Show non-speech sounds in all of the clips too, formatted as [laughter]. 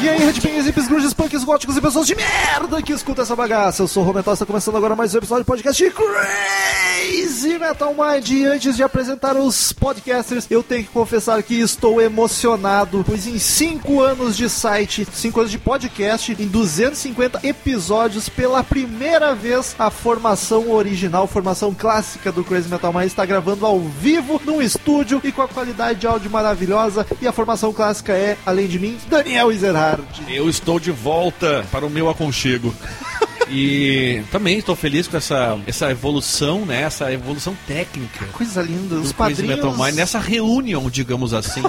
E aí, headbangers, hips, grunges, punks, góticos e pessoas de merda que escuta essa bagaça. Eu sou o Rometal, está começando agora mais um episódio de podcast de Crazy Metal Mind. E antes de apresentar os podcasters, eu tenho que confessar que estou emocionado, pois em 5 anos de site, 5 anos de podcast, em 250 episódios, pela primeira vez a formação original, formação clássica do Crazy Metal Mind está gravando ao vivo num estúdio e com a qualidade de áudio maravilhosa. E a formação clássica é, além de mim, Daniel Iserhard. Eu estou de volta para o meu aconchego. E também estou feliz com essa, essa evolução, né? Essa evolução técnica Coisa linda, os do Crazy padrinhos. Metal Mind né? nessa reunião, digamos assim,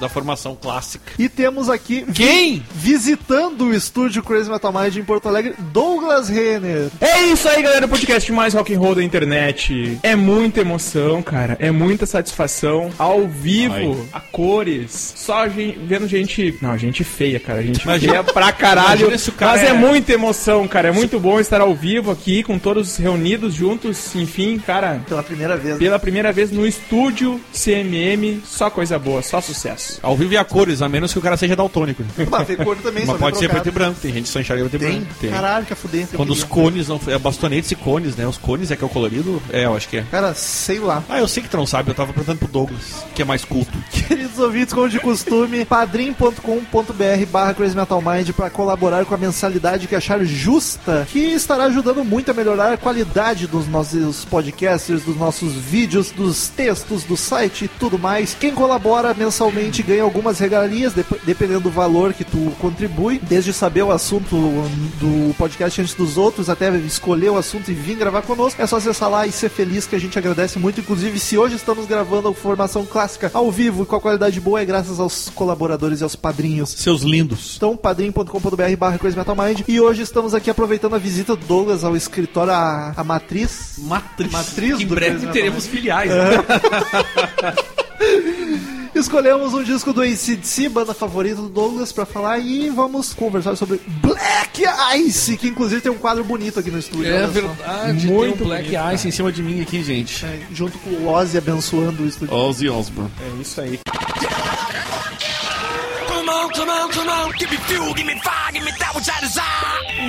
da formação clássica. E temos aqui vi- Quem? visitando o estúdio Crazy Metal Mind em Porto Alegre, Douglas Renner. É isso aí, galera. O podcast mais rock and roll da internet. É muita emoção, cara. É muita satisfação. Ao vivo, Ai. a cores. Só a gente, vendo gente. Não, gente feia, cara. Gente Imagina- feia pra caralho. Imagina se o cara mas é... é- muita emoção, cara. É muito bom estar ao vivo aqui com todos reunidos juntos. Enfim, cara. Pela primeira vez. né? Pela primeira vez no estúdio CMM, só coisa boa, só sucesso. Ao vivo e a cores, a menos que o cara seja daltônico. né? Uma cor também, Mas só pode ser trocado. preto e branco, tem gente que só enxerga preto e Tem? branco. Tem. Caralho, que a fudência. eu Quando os queria. cones não. É bastonetes e cones, né? Os cones é que é o colorido? É, eu acho que é. Cara, sei lá. Ah, eu sei que tu não sabe, eu tava perguntando pro Douglas, que é mais culto. Queridos ouvintes, como de costume, padrim.com.br barra Crazy Metal Mind para colaborar com a mensalidade que achar justa, que estará ajudando muito a melhorar a qualidade dos nossos podcasters, dos nossos vídeos, dos textos do site e tudo mais. Quem colabora mensalmente ganha algumas regalias, dep- dependendo do valor que tu contribui, desde saber o assunto do podcast antes dos outros, até escolher o assunto e vir gravar conosco. É só acessar lá e ser feliz, que a gente agradece muito. Inclusive, se hoje estamos gravando a formação clássica ao vivo e com a qualidade boa, é graças aos colaboradores e aos padrinhos. Seus lindos. Então, padrim.com.br barra Crazy Metal Mind. E hoje estamos aqui aproveitando a visita do Douglas ao escritório, a, a matriz. Matriz. Matriz Que em do breve Crazy teremos filiais. né? Escolhemos um disco do ACDC, banda favorita do Douglas, pra falar e vamos conversar sobre Black Ice, que inclusive tem um quadro bonito aqui no estúdio. olha só. É verdade. Muito tem um Black Ice em cima de mim aqui, gente. Tá. É, junto com o Ozzy abençoando o estúdio. Ozzy Osbourne. É isso aí. Come on, come on, come on. Give me fuel, give me fire, give me that which I desire.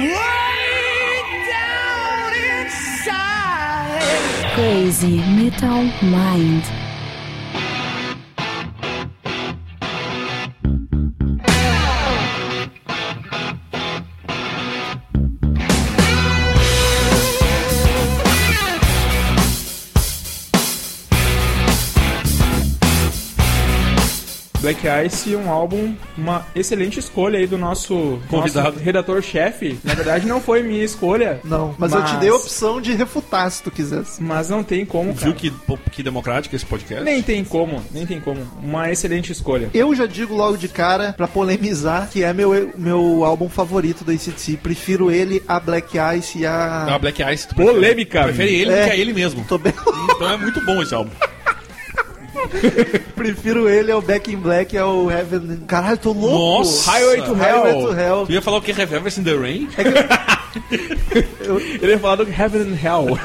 Way down inside. Crazy Metal Mind. Black Ice, um álbum, uma excelente escolha aí do nosso Convidado. nosso redator-chefe. Na verdade, não foi minha escolha. Não, mas, eu te dei a opção de refutar se tu quisesse. Mas não tem como, cara. Viu que, que democrático esse podcast? Nem tem como, nem tem como. Uma excelente escolha. Eu já digo logo de cara, pra polemizar, que é meu, meu álbum favorito do ACDC. Prefiro ele a Black Ice e Ah, a. Black Ice. tu Polêmica. Prefere ele É. do que a ele mesmo. Tô bem. Então é muito bom esse álbum. [laughs] Prefiro ele ao Back in Black e ao Heaven. Caralho, tô louco! Nossa! Highway to Hell. Highway to Hell. Tu ia falar o que? Reverbers in the Rain? Ele ia falar do Heaven and Hell.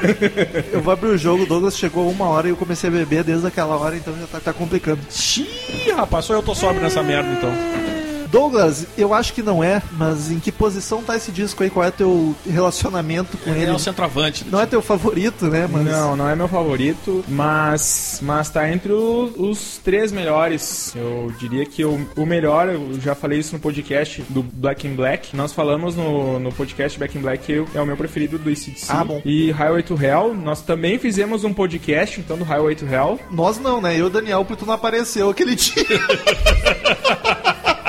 Eu vou abrir o jogo, o Douglas chegou uma hora e eu comecei a beber desde aquela hora, então já tá, tá complicando. Xiii, rapaz, só eu tô sóbrio nessa merda então. Douglas, eu acho que não é, mas em que posição tá esse disco aí? Qual é teu relacionamento com Ele ele? é o centroavante. Não é teu favorito, né, mas... não, não é meu favorito, mas mas tá entre o- os três melhores. Eu diria que o, o melhor, eu já falei isso no podcast do Black in Black. Nós falamos no, no podcast Black in Black que eu- é o meu preferido do ICDC. Ah, bom. E Highway to Hell, nós também fizemos um podcast, então, do Highway to Hell. Nós não, né? Eu, Daniel, porque tu não apareceu aquele dia. [laughs]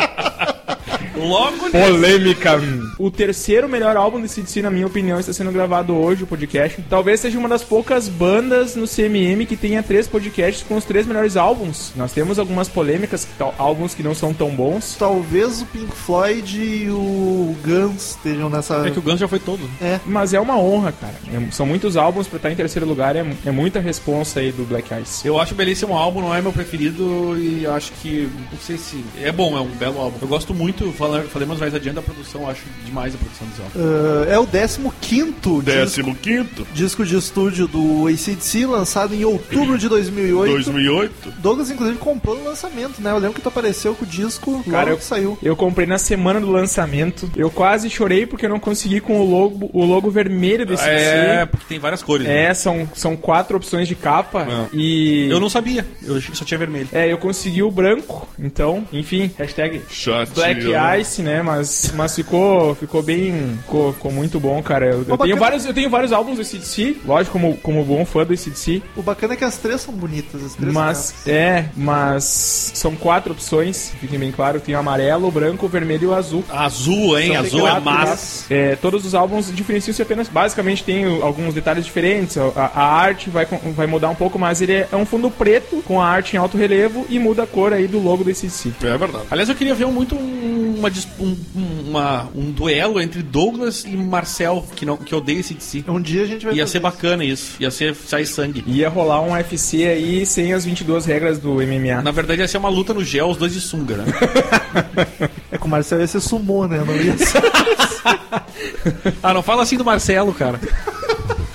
Logo Polêmica. O terceiro melhor álbum do CDC, na minha opinião, está sendo gravado hoje, o podcast. Talvez seja uma das poucas bandas no CMM que tenha três podcasts com os três melhores álbuns. Nós temos algumas polêmicas, que tal- álbuns que não são tão bons. Talvez o Pink Floyd e o Guns estejam nessa... É que o Guns já foi todo. Mas é uma honra, cara. É- são muitos álbuns pra estar em terceiro lugar. É, é muita responsa aí do Black Ice. Eu acho belíssimo o álbum, não é meu preferido e eu acho que. Não sei se. É bom, é um belo álbum. Eu gosto muito, falando falamos, falamos mais adiante da produção, acho demais a produção desse álbum. Ah, é o 15 disco, Décimo quinto, disco de estúdio do ACDC, lançado em outubro de 2008. 2008. Douglas, inclusive, comprou no lançamento, né? Eu lembro que tu apareceu com o disco Cara, logo eu- que saiu. Eu comprei na semana do lançamento. Eu quase chorei porque eu não consegui com o logo, o logo vermelho desse É, porque tem várias cores. né? É, são, são quatro opções de capa e. Ah. Eu não sabia, eu achei que só tinha vermelho. É, eu consegui o branco, então, enfim, hashtag Chateado. Black Ice, né? Mas, mas ficou, ficou bem. Ficou, ficou muito bom, cara. Eu, eu bacana. tenho vários, eu tenho vários álbuns do CDC, lógico, como, como bom fã do CDC. O bacana é que as três são bonitas, as três capas. Mas, é, mas são quatro opções, fiquem bem claro: tem o amarelo, o branco, o vermelho e o azul. Azul, hein? São Azul é quatro, massa. né? É, todos os álbuns diferenciam-se apenas. Basicamente, tem o- alguns detalhes diferentes. A, a- a arte vai, com- vai mudar um pouco, mas ele é, é um fundo preto com a arte em alto relevo e muda a cor aí do logo do CC. É verdade. Aliás, eu queria ver muito um- uma, dis- um, um- uma- um duelo entre Douglas e Marcel, que, não, que odeia esse DC. Um dia a gente vai Ia fazer ser bacana isso. Ia ser sair sangue. Ia rolar um UFC aí sem as 22 regras do MMA. Na verdade, ia ser uma luta no gel, os dois de sunga, né? isso. É com o Marcelo ia ser sumô, né? Não ia ser. [laughs] ah, não fala assim do Marcelo, cara.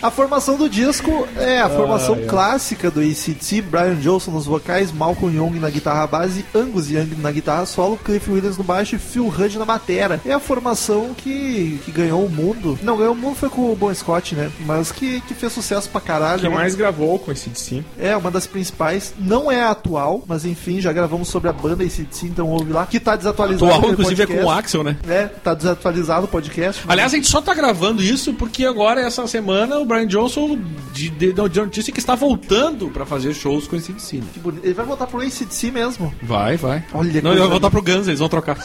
A formação do disco é a formação clássica do ACDC, Brian Johnson nos vocais, Malcolm Young na guitarra base, Angus Young na guitarra solo, Cliff Williams no baixo e Phil Rudd na batera. É a formação que, que ganhou o mundo. Não, ganhou o mundo foi com o Bon Scott, né? Mas que, que fez sucesso pra caralho. né? Que mais gravou com esse DC. É, uma das principais. Não é a atual, mas enfim, já gravamos sobre a banda ACDC, então ouve lá. Que tá desatualizado. Atual, aquele inclusive, é com podcast. o Axel, né? É, tá desatualizado o podcast. mas- Aliás, a gente só tá gravando isso porque agora, essa semana, o Brian Johnson de, de, deu notícia que está voltando pra fazer shows com esse DC. né? Que bonito. Ele vai voltar pro ACDC mesmo. Vai, vai. Olha que não, coisa ele vai voltar pro Guns, eles vão [laughs] trocar.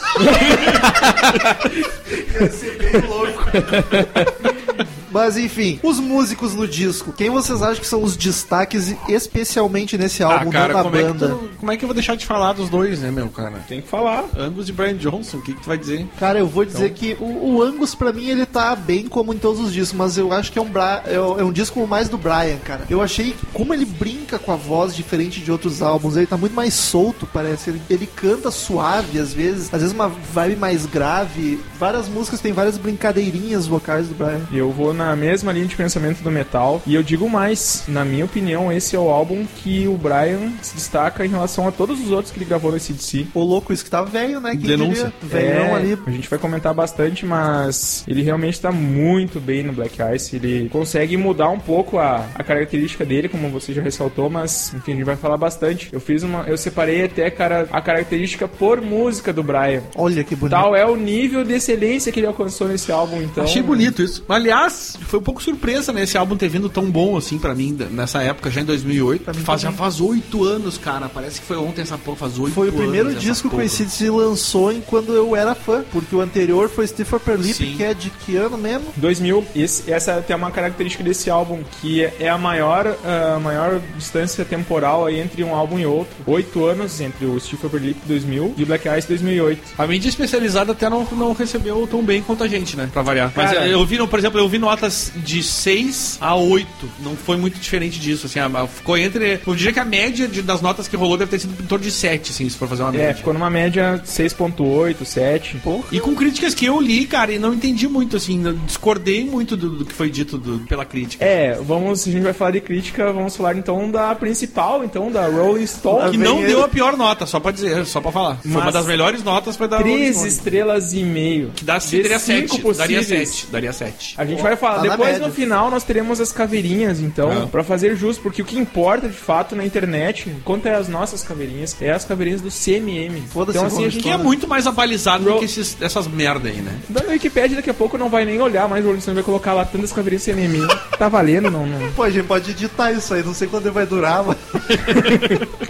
Mas enfim, os músicos no disco. Quem vocês acham que são os destaques, especialmente nesse álbum, não na como é, que banda? tu- como é que eu vou deixar de falar dos dois, né, meu cara? Tem que falar. Angus e Brian Johnson, o que, que tu vai dizer? Cara, eu vou dizer Então- que o, o Angus, pra mim, ele tá bem como em todos os discos, mas eu acho que é um, Bra- é, o- é um disco mais do Brian, cara. Eu achei como ele brinca com a voz diferente de outros álbuns, ele tá muito mais solto, parece. Ele, ele canta suave às vezes, às vezes uma vibe mais grave. Várias músicas têm várias brincadeirinhas vocais do Brian. Eu vou na mesma linha de pensamento do metal. E eu digo mais, na minha opinião, esse é o álbum que o Brian se destaca em relação a todos os outros que ele gravou no CDC. Ô louco, isso que tá velho, né? Quem Denúncia. diria? Velhão É, ali. A gente vai comentar bastante, mas ele realmente tá muito bem no Black Ice. Ele consegue mudar um pouco a, a característica dele, como você já ressaltou, mas enfim, a gente vai falar bastante. Eu fiz uma. Eu separei até cara, a característica por música do Brian. Olha que bonito. Tal é o nível de excelência que ele alcançou nesse álbum, então. Achei bonito isso. Aliás, foi um pouco surpresa, né? Esse álbum ter vindo tão bom assim pra mim, da- nessa época, já em 2008. Faz- já faz oito anos, cara. Parece que foi ontem essa porra, faz oito Foi o primeiro anos essa disco que o porra. ACDC lançou em quando eu era fã, porque o anterior foi Steve Perlip, Sim. que é de que ano mesmo? 2000, esse- essa é até uma característica desse álbum, que é- é a maior, a maior distância temporal aí entre um álbum e outro. Oito anos entre o Steve Overlip 2000 e o Black Ice 2008. A mídia especializada até não, não recebeu tão bem quanto a gente, né? Pra variar. Mas Cara. eh, eu vi, no- por exemplo, eu vi notas de 6 a 8. Não foi muito diferente disso, assim. a- a- ficou entre... Eu diria que a média de- das notas que rolou deve ter sido em torno de 7, assim, se for fazer uma É, média. ficou numa média 6.8, 7. E com críticas que eu li, cara, e não entendi muito, assim, eu discordei muito do, do que foi dito do- pela crítica. É, vamos, se a gente vai falar de crítica, vamos falar então da principal, então, da Rolling Stone. Que Vem não ele. deu a pior nota, só pra dizer, só pra falar. Foi uma Mas- das melhores notas pra dar Rolling 3 Stone. estrelas e meio. Que dá, De daria cinco 7. Daria possíveis. 7. Daria 7. A gente vai Tá falar. na Depois média. Ah. no final nós teremos as caveirinhas, então, pra fazer justo, porque o que importa de fato na internet, quanto é as nossas caveirinhas, é as caveirinhas do CMM. Foda-se, Então, assim, a Rolling gente Que é Stone. muito mais abalizado do Ro- que esses- essas merda aí, né? Da Wikipedia daqui a pouco não vai nem olhar, mas o Rolling Stone vai colocar lá tantas caveirinhas do [laughs] CMM. tá valendo, não, não. Pô, a gente pode editar isso aí, não sei quando ele vai durar, mas...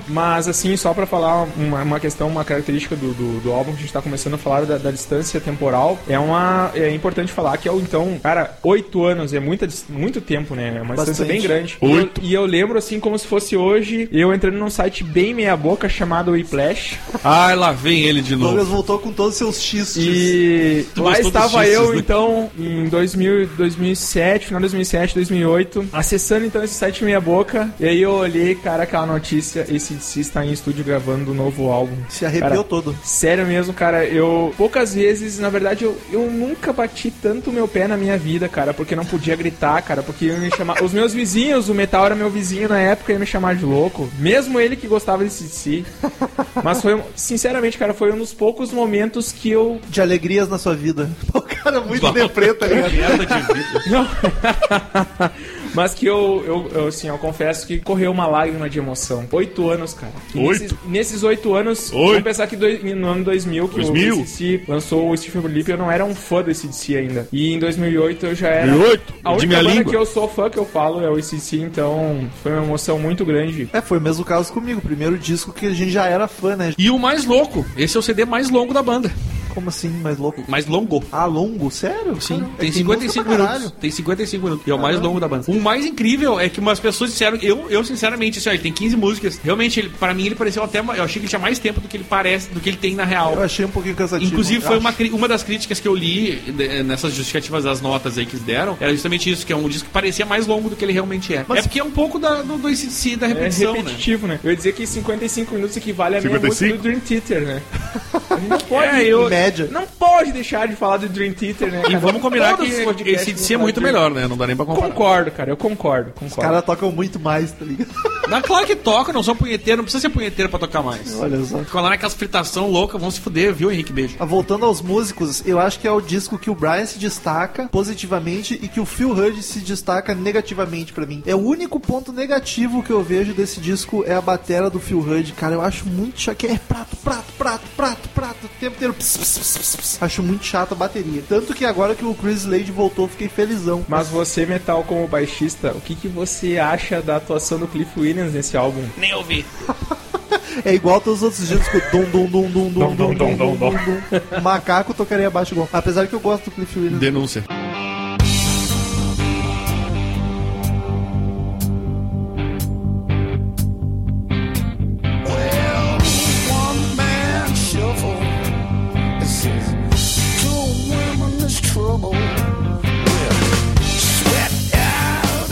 Mas assim, só pra falar uma, uma questão, uma característica do, do, do álbum que a gente tá começando a falar da, da distância temporal, é uma é importante falar que é o então, cara, oito anos é muita, dis- muito tempo, né? É uma distância Bastante. bem grande. Oito. E eu, e eu lembro assim como se fosse hoje, eu entrando num site bem meia boca chamado Weplash Ai, lá vem ele de novo. Douglas voltou com todos os seus xistes. e Tu lá gostou dos estava chistes, eu né? então em 2000, 2007, final de 2007, 2008, acessando então esse site meia boca, e aí eu olhei, cara, aquela notícia, esse ACDC está em estúdio gravando o novo álbum. Se arrepiou Cara, todo. Sério mesmo, cara, eu poucas vezes, na verdade, eu, eu nunca bati tanto meu pé na minha vida, cara, porque eu não podia gritar, cara, porque eu me chamar. Os meus vizinhos, o metal era meu vizinho na época, ia me chamar de louco. Mesmo ele que gostava de si. Mas foi, um- sinceramente, cara, foi um dos poucos momentos que eu. De alegrias na sua vida. [laughs] O cara é muito Bom. deprê, tá ligado? Merda de vida. Não. Mas que eu, eu, eu, assim, eu confesso que correu uma lágrima de emoção. Oito anos, cara. E Oito? Nesses, nesses oito anos, Oito? vamos pensar que dois- no ano 2000, que 2000? o ACDC lançou o Steve Felipe, eu não era um fã do ACDC ainda. E em 2008 eu já era... 2008? De A única minha banda língua. que eu sou fã que eu falo é o ACDC, então foi uma emoção muito grande. É, foi o mesmo caso comigo. Primeiro disco que a gente já era fã, né? E o mais louco, esse é o CD mais longo da banda. Como assim, mais louco? Mais longo. Ah, longo? Sério? Sim, Caramba, tem é que música 55 pra minutos. caralho. Tem 55 minutos. E é o mais longo da banda. O mais incrível é que umas pessoas disseram. Eu, eu sinceramente, assim, ó, ele tem 15 músicas. Realmente, ele, pra mim, ele pareceu até. ma- Eu achei que ele tinha mais tempo do que ele parece, do que ele tem na Eu real. achei um pouquinho cansativo. Inclusive, foi acho. uma, cri- uma das críticas que eu li eh, nessas justificativas das notas aí que eles deram. Era justamente isso, que é um disco que parecia mais longo do que ele realmente é. Mas- É porque é um pouco da, do, do ACDC, da É repetição, né? repetitivo, né? Eu ia dizer que 55 minutos equivale a minha 55? música do Dream Theater, né? A [laughs] gente não pode, É, eu- Em média. não pode deixar de falar do Dream Theater, né? E cara? vamos combinar Todos os que podcasts esse DC é vão muito falar de melhor, né? Não dá nem pra comparar. Concordo, cara, eu concordo, concordo. Os caras tocam muito mais, tá ligado? Mas claro que toca, não sou punheteiro, não precisa ser punheteiro pra tocar [laughs] mais. Olha só. Falar naquelas fritação louca, vão se fuder, viu, Henrique? Beijo. Ah, Voltando aos músicos, eu acho que é o disco que o Brian se destaca positivamente e que o Phil Hurd se destaca negativamente pra mim. É o único ponto negativo que eu vejo desse disco é a batera do Phil Hurd. Cara, eu acho muito chato. que É prato, prato, prato, prato, prato, o tempo inteiro. Ps, ps, ps, ps, ps. Acho muito chato a bateria. Tanto que agora que o Chris Lade voltou, fiquei felizão. Mas você, Metal, como baixista, o que, que você acha da atuação do Cliff Williams nesse álbum? Nem ouvi. É igual todos os outros discos. Dum, dum, dum, dum, dum, Dum, dum, dum, dum, dum, dum, dum, dum. [laughs] Macaco tocaria abaixo igual. Apesar que eu gosto do Cliff Williams. Denúncia.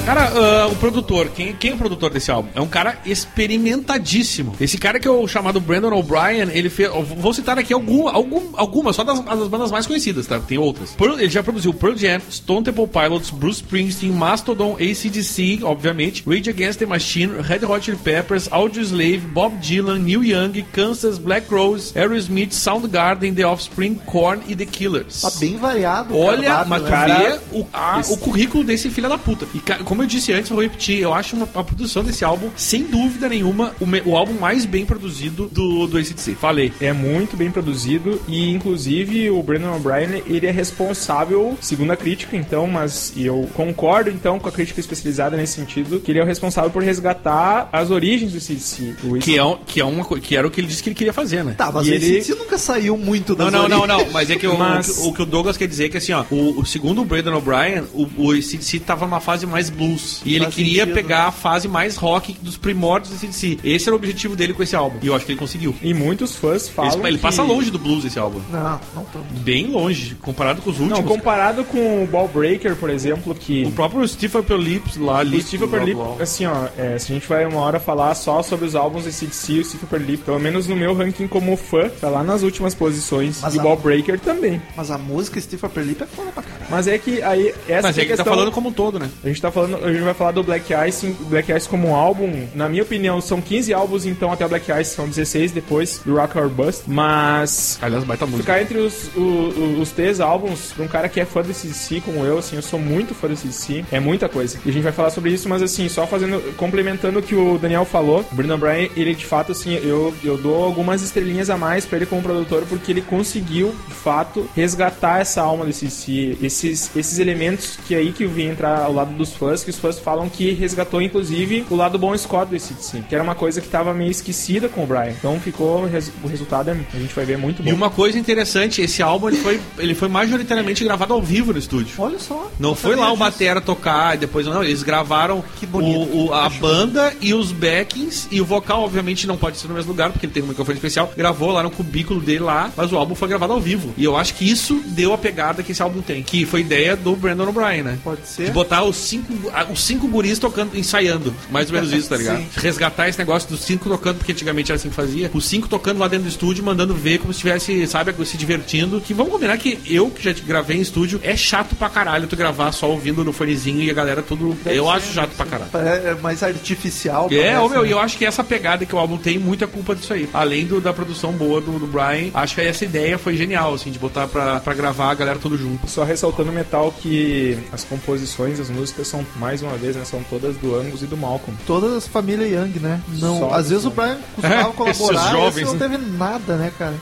Cara, ah, o produtor, quem, quem é o produtor desse álbum? É um cara experimentadíssimo. Esse cara que é o chamado Brandon O'Brien, ele fez. eu Vou citar aqui algum, algum, algumas, só das, as das bandas mais conhecidas, tá? Tem outras. Pearl- ele já produziu Pearl Jam, Stone Temple Pilots, Bruce Springsteen, Mastodon, ACDC, obviamente, Rage Against the Machine, Red Hot Chili Peppers, Audioslave, Bob Dylan, Neil Young, Kansas, Black Rose, Aerosmith, Soundgarden, The Offspring, Korn e The Killers. Tá bem variado. o Olha, cardápio, mas tu né? vê o, a- o currículo desse filho da puta. E ca- como eu disse antes, eu vou repetir, eu acho uma- a produção desse álbum, sem dúvida nenhuma, o, me- o álbum mais bem produzido do, do ACDC. Falei. É muito bem produzido e, inclusive, o Brandon O'Brien, ele é responsável, segundo a crítica, então, mas e eu concordo, então, com a crítica especializada nesse sentido, que ele é o responsável por resgatar as origens do CC. O Que, é, um- que, é uma, co- que era o que ele disse que ele queria fazer, né? Tá, mas E ele... ele- esse nunca saiu muito Não, das não, não, origens. não. Mas é que o, Mas- o, que o Douglas quer dizer é que assim, ó, o, o- segundo o Brandon O'Brien, o, o ACDC tava numa fase mais blues. E ele Faz queria sentido, pegar a fase mais rock dos primórdios do ACDC. Esse era o objetivo dele com esse álbum. E eu acho que ele conseguiu. E muitos fãs falam Ele, ele passa que- longe do blues esse álbum. Não, não tô. Bem longe, comparado com os últimos. Não, cara. comparado com o Ball Breaker, por exemplo, que... O próprio Stephen Perlips lá, O Lips, Steve Upper blá, Lip, blá, blá. assim, ó, é, se a gente vai uma hora falar só sobre os álbuns de CDC e o Steve Upper Lip, pelo menos no meu ranking como fã, tá lá nas últimas posições. Mas e a- o Ball Breaker também. Mas a música Steve Perlip é foda pra caralho. Mas é que aí, essa Mas que é que tá questão- falando como um todo, né? A gente tá falando, a gente vai falar do Black Ice, Black Ice como um álbum. Na minha opinião, são 15 álbuns, então até o Black Ice são 16 depois do Rock or Bust. Mas Aliás, baita música. Ficar entre os, o- o- os três álbuns, pra um cara que é fã do CDC, como eu, assim, eu sou muito fã do CDC, é muita coisa. E a gente vai falar sobre isso, mas assim, só fazendo, complementando o que o Daniel falou, o Bruno Bryan, ele de fato, assim, eu, eu dou algumas estrelinhas a mais pra ele como produtor, porque ele conseguiu, de fato, resgatar essa alma do CDC, esses, esses elementos que é aí que vem entrar ao lado dos fãs, que os fãs falam que resgatou, inclusive, o lado bom Scott do CDC, que era uma coisa que tava meio esquecida com o Bryan. Então ficou, res- o resultado é, a gente vai ver, muito bom. E uma coisa interessante, esse álbum ele foi, ele foi majoritariamente gravado ao vivo no estúdio. Olha só. Não Eu foi sabia lá o disso. Batera tocar e depois não, eles gravaram Que bonito. o- o- a Acho banda e os backings e o vocal obviamente não pode ser no mesmo lugar porque ele tem um microfone especial. Gravou lá no cubículo dele lá, mas o álbum foi gravado ao vivo. E eu acho que isso deu a pegada que esse álbum tem, que foi ideia do Brandon O'Brien, né? Pode ser. De botar os cinco ah, os cinco guris tocando, ensaiando. Mais ou menos isso, tá ligado? Sim. Resgatar esse negócio dos cinco tocando, porque antigamente era assim que fazia. Os cinco tocando lá dentro do estúdio, mandando ver como se estivesse, sabe, se divertindo. Que vamos combinar que eu, que já te gravei em estúdio, é chato pra caralho tu gravar só ouvindo no fonezinho e a galera tudo. eu acho chato pra caralho. É é mais artificial. É, parece, ô, meu, né? e eu acho que essa pegada que o álbum tem, muita culpa disso aí. Além do, da produção boa do, do Brian, acho que essa ideia foi genial, assim, de botar pra, pra gravar a galera tudo [laughs] junto. Só ressaltando o metal que as composições, as músicas são, mais uma vez, né, são todas do Angus e do Malcolm. Todas as famílias Young, né? Não, Só às vezes isso. o Brian costumava É, colaborar, [laughs] esses esse jovens, não teve nada, né, cara?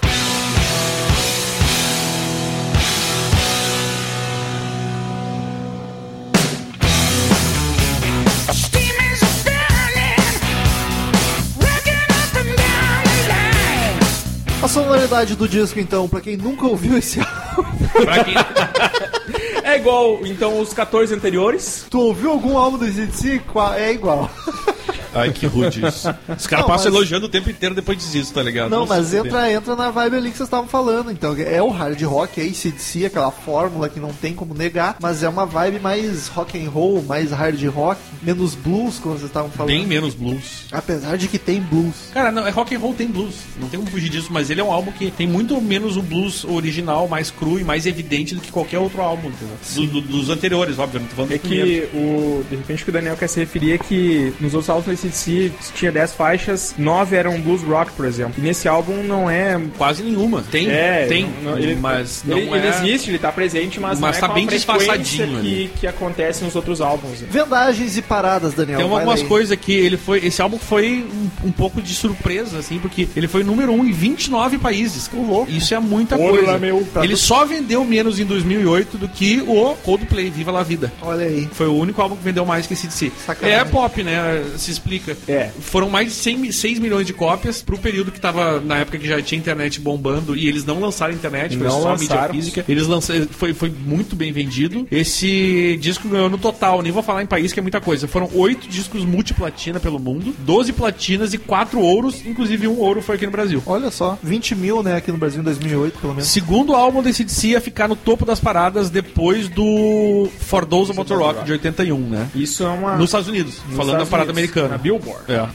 A sonoridade do disco, então, pra quem nunca ouviu esse [laughs] álbum, Pra quem, É igual, então, os 14 anteriores. tu ouviu algum álbum do ZDC? É igual. Ai, que rude isso. Os caras Não, passam mas- elogiando o tempo inteiro depois disso, tá ligado? Não, Nossa, mas que pena. entra, entra na vibe ali que vocês estavam falando. Então, é o hard rock, é ACDC, aquela fórmula que não tem como negar, mas é uma vibe mais rock and roll, mais hard rock, menos blues, como vocês estavam falando. Bem menos blues. Apesar de que tem blues. Cara, não, é rock and roll tem blues. Não tem como fugir disso, mas ele é um álbum que tem muito menos o blues original, mais cru e mais evidente do que qualquer outro álbum, entendeu? Do- do- dos anteriores, óbvio, não tô falando É do primeiro. que, o, de repente, o que o Daniel quer se referir é que nos outros álbuns do ACDC tinha 10 faixas, 9 eram blues rock, por exemplo. E nesse álbum não é... Quase nenhuma. Tem, É, tem, não- não, ele- mas não ele, é... ele existe, ele tá presente, mas, Mas não é tá com a bem frequência disfarçadinho ali. que, que acontece nos outros álbuns. né? Vendagens e paradas, Daniel. Tem vai algumas daí. coisas que ele foi. Esse álbum foi um, um pouco de surpresa, assim, porque ele foi número 1 um em 29 países. Isso é muita Olha, coisa. meu, tá pra ele só vendeu menos em 2008 do que o Coldplay, Viva La Vida. Olha aí. Foi o único álbum que vendeu mais que esse de si. Sacanagem. É pop, né? Se explica. É. Foram mais de 100, mi- 6 milhões de cópias pro período que tava na época que já tinha internet bombando e eles não lançaram internet, foi Não só lançaram. mídia física. Eles lançaram, foi, foi muito bem vendido. Esse disco ganhou no total, nem vou falar em país que é muita coisa. Foram 8 discos multiplatina pelo mundo, 12 platinas e 4 ouros, inclusive um ouro foi aqui no Brasil. Olha só, 20 mil, né, aqui no Brasil em 2008, pelo menos. Segundo álbum do ACDC ia ficar no topo das paradas depois do For Those About to Rock, de 81, né? Isso é uma... Nos Estados Unidos, nos falando da Estados parada Unidos, americana. Na Billboard. É.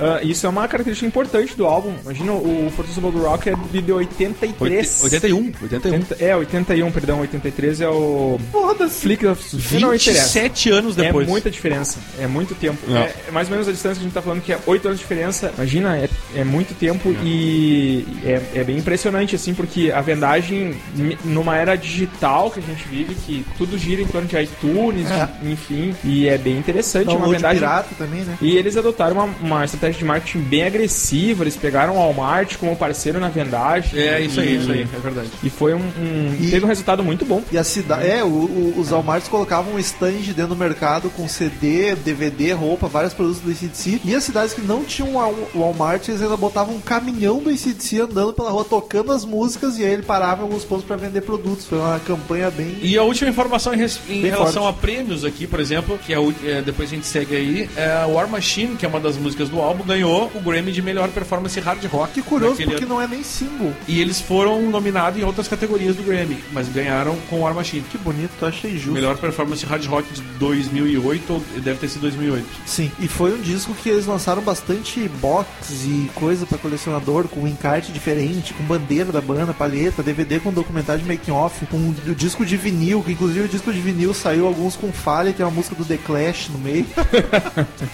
Ah, isso é uma característica importante do álbum. Imagina, o Fortaleza do Rock é de de 83. 81, 81. Oitenta- É, 81, perdão, 83 é o. Foda-se. Flick of Não interessa. 27 anos É depois. muita diferença, é muito tempo. Não. É, é mais ou menos a distância que a gente tá falando, que é 8 anos de diferença. Imagina, é, é muito tempo e é, é bem impressionante, assim, porque a vendagem, mi- numa era digital que a gente vive, que tudo gira em torno de iTunes, É. de- enfim, e é bem interessante. uma Download vendagem pirata também, né? e eles adotaram uma, uma estratégia de marketing bem agressiva, eles pegaram o Walmart como parceiro na vendagem. É, isso aí, E- isso aí, é verdade. E foi um. um- E- Teve um resultado muito bom. E a cidade. É, o- o- os Almarts colocavam um stand dentro do mercado com CD, DVD, roupa, vários produtos do ICDC. E as cidades que não tinham Wal- Walmart, eles ainda botavam um caminhão do ICDC andando pela rua, tocando as músicas, e aí ele parava em alguns pontos pra vender produtos. Foi uma campanha bem. E a última informação em, res- em Bem relação forte. a prêmios aqui, por exemplo, que é, o- é, depois a gente segue aí, é, War Machine, que é uma das músicas do álbum, ganhou o Grammy de melhor performance hard rock. Que curioso, naquele porque ano. não é nem single. E eles foram nominados em outras categorias do Grammy, mas ganharam com War Machine. Que bonito, achei justo. Melhor performance hard rock de 2008, ou deve ter sido 2008. Sim, e foi um disco que eles lançaram bastante box e coisa pra colecionador, com um encarte diferente, com bandeira da banda, palheta, DVD com documentário de making off, com o disco de vinil, que inclusive o disco de vinil saiu alguns com falha, e tem uma música do The Clash no meio.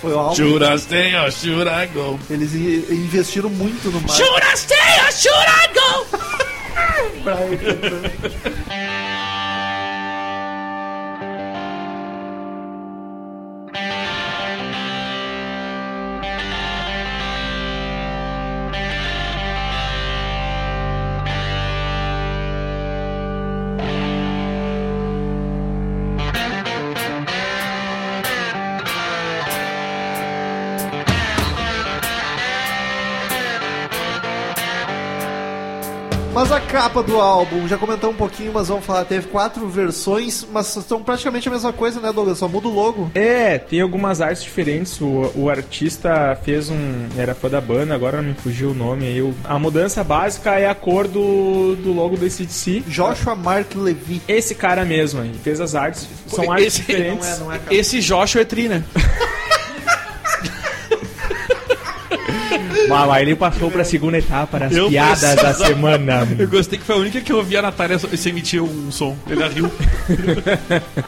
foi o álbum. Eles i- investiram muito no marketing. Mas Comentamos a capa do álbum, já comentamos um pouquinho, mas vamos falar. Teve quatro versões, mas são praticamente a mesma coisa, né, Douglas? Só muda o logo. É, tem algumas artes diferentes. O, o artista fez um. Era fã da banda, agora me fugiu o nome aí. O- A mudança básica é a cor do, do logo do ACDC. Joshua Mark Levy. Esse cara mesmo aí, fez as artes. São artes Esse- diferentes. não é, Esse Joshua é tri, né? Mas lá ele passou pra segunda etapa das Eu piadas da precisava- semana. Eu gostei que foi a única que eu ouvi a Natália se emitir um som. Ela riu.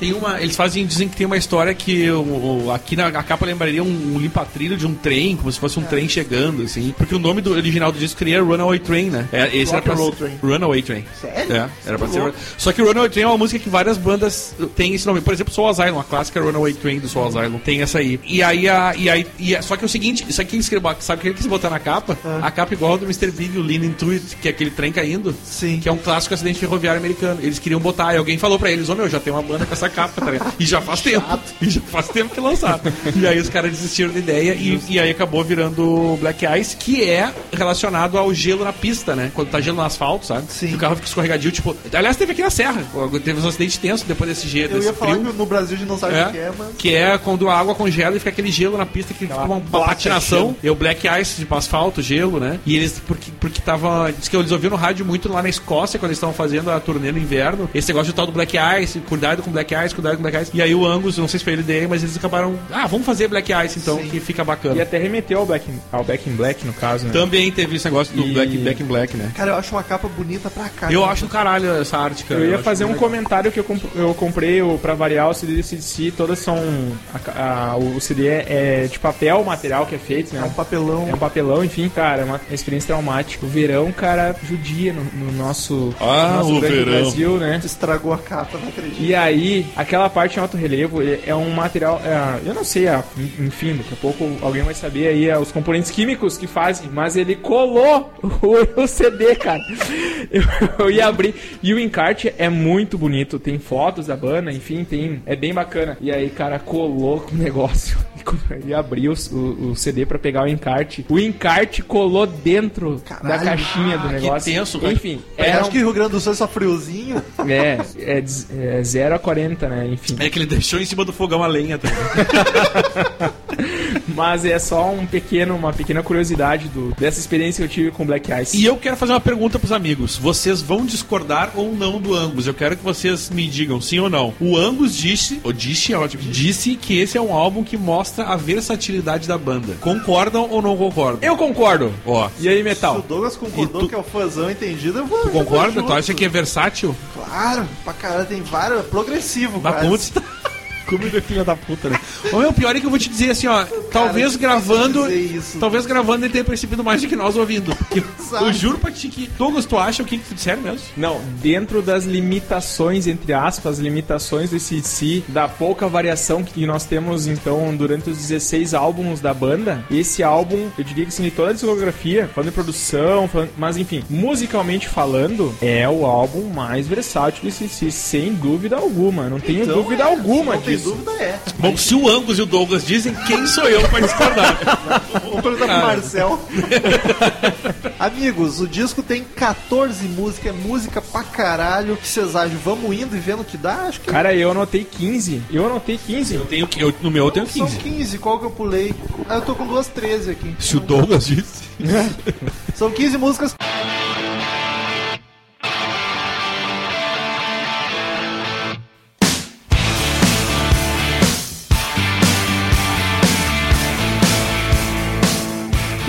tem uma. Eles fazem, dizem que tem uma história que o- o- aqui na a capa lembraria um, um limpa-trilho de um trem, como se É. fosse um trem chegando, assim. Porque o nome do original do disco seria Runaway Train, né? É, esse era pra Rock and ser- Roll Train. Runaway Train. Sério? É, era pra Tá ser. louco. Só que Runaway Train é uma música que várias bandas têm esse nome. Por exemplo, Soul Asylum, a clássica Runaway Train do Soul Asylum. Tem essa aí. E aí, a, e aí e a- só que é o seguinte, isso aqui eles querem bo- sabe o que ele quis botar na capa? Ah. A capa igual a do Mr. Big, o Lean Into It, que é aquele trem caindo. Sim. Que é um clássico acidente ferroviário americano. Eles queriam botar, e alguém falou pra eles, ô meu, já tem uma banda com essa capa, tá ligado? E já faz tempo. E já faz tempo que lançaram. e aí os caras desistiram da ideia e, e aí acabou virando Black Ice, que é relacionado ao gelo na pista, né? Quando tá gelo no asfalto, sabe? Sim. Que o carro fica escorregadio, tipo. Aliás, teve aqui na serra. Teve um acidente tenso depois desse jeito. Eu ia falar que no Brasil a gente não sabe o que É, é, mas. que é quando a água congela e fica aquele gelo na pista que fica uma patinação. E o Black Ice de asfalto, gelo, né? E eles, porque, porque tava. Diz que eles ouviam no rádio muito lá na Escócia, quando eles estavam fazendo a turnê no inverno. Esse negócio do tal do Black Ice, cuidado com Black Ice, cuidado com Black Ice. E aí o Angus, não sei se foi ele dele, mas eles acabaram. Ah, vamos fazer Black Ice então, que fica E é bacana. até remeteu ao Black, ao Back in Black, no caso, né? Também teve esse negócio do E- Black, Black and Black, né? Cara, eu acho uma capa bonita pra cá. né? Eu cara. acho do caralho essa arte, cara. Eu ia acho fazer um legal. comentário que eu, comp- eu comprei o, pra variar o CD do CDC, todas são. a ca- a- o CD é, é de papel o material que é feito, né? É um papelão. É um papelão, enfim, cara, é uma experiência traumática. O verão, cara, judia no, no nosso, Ah, no nosso o grande verão. Brasil, né? Estragou a capa, não acredito. E aí, aquela parte em alto relevo é- é um material. é, eu não sei, ah, en- enfim, daqui a pouco alguém vai saber aí ah, os componentes químicos que fazem, mas ele colou [laughs] o, o CD, cara. Eu, eu ia abrir. E o encarte é muito bonito. Tem fotos da banda, enfim, tem. É bem bacana. E aí, cara, colou com o negócio. [laughs] E quando Ele abriu o, o- o CD pra pegar o encarte. O encarte colou dentro da Caralho. caixinha do que negócio. tenso, cara. Enfim, Eu era um Acho que o Rio Grande do Sul é só [laughs] friozinho. um- é, é, des- é 0 a 40, né? Enfim. É que ele [laughs] deixou em cima do fogão a lenha também. Mas é só um pequeno, uma pequena curiosidade do, dessa experiência que eu tive com Black Ice. E eu quero fazer uma pergunta pros amigos. Vocês vão discordar ou não do Angus? Eu quero que vocês me digam sim ou não. O Angus disse, ou disse é ótimo, disse que esse é um álbum que mostra a versatilidade da banda. Concordam ou não concordam? Eu concordo. Ó. E aí, Se o Metal? Douglas concordou E tu- que é o fãzão entendido, eu vou. Tu eu vou concorda? junto. Tu acha que é versátil? Claro, pra caralho, tem vários. é Progressivo, Na quase. puta. Como do filho da puta, né? tá. Ô, meu, pior é que eu vou te dizer assim, ó. Talvez eu gravando. preciso dizer isso. Talvez gravando ele tenha percebido mais do que nós ouvindo. Porque Exato. eu juro pra ti que. Douglas, tu acha o que? que- Sério mesmo? Não, dentro das limitações, entre aspas, limitações do CDC, da pouca variação que nós temos, então, durante os 16 álbuns da banda, esse álbum, eu diria que assim, de toda a discografia, falando de produção, falando- mas enfim, musicalmente falando, é o álbum mais versátil do CDC, sem dúvida alguma. Não tenho Então, dúvida é, alguma se não disso. Tem dúvida, é. Bom, se o Angus e o Douglas dizem, quem sou eu pra discordar? Vou perguntar pro Marcel. [laughs] Amigos, o disco tem 14 músicas, é música pra caralho. Que vocês acham? Vamos indo e vendo o que dá? Acho que Cara, eu anotei 15. Eu anotei 15. Eu tenho, que- eu, no meu eu tenho são 15. 15. Qual que eu pulei? Ah, eu tô com duas 13 aqui. então Se o Douglas disse. São 15 músicas.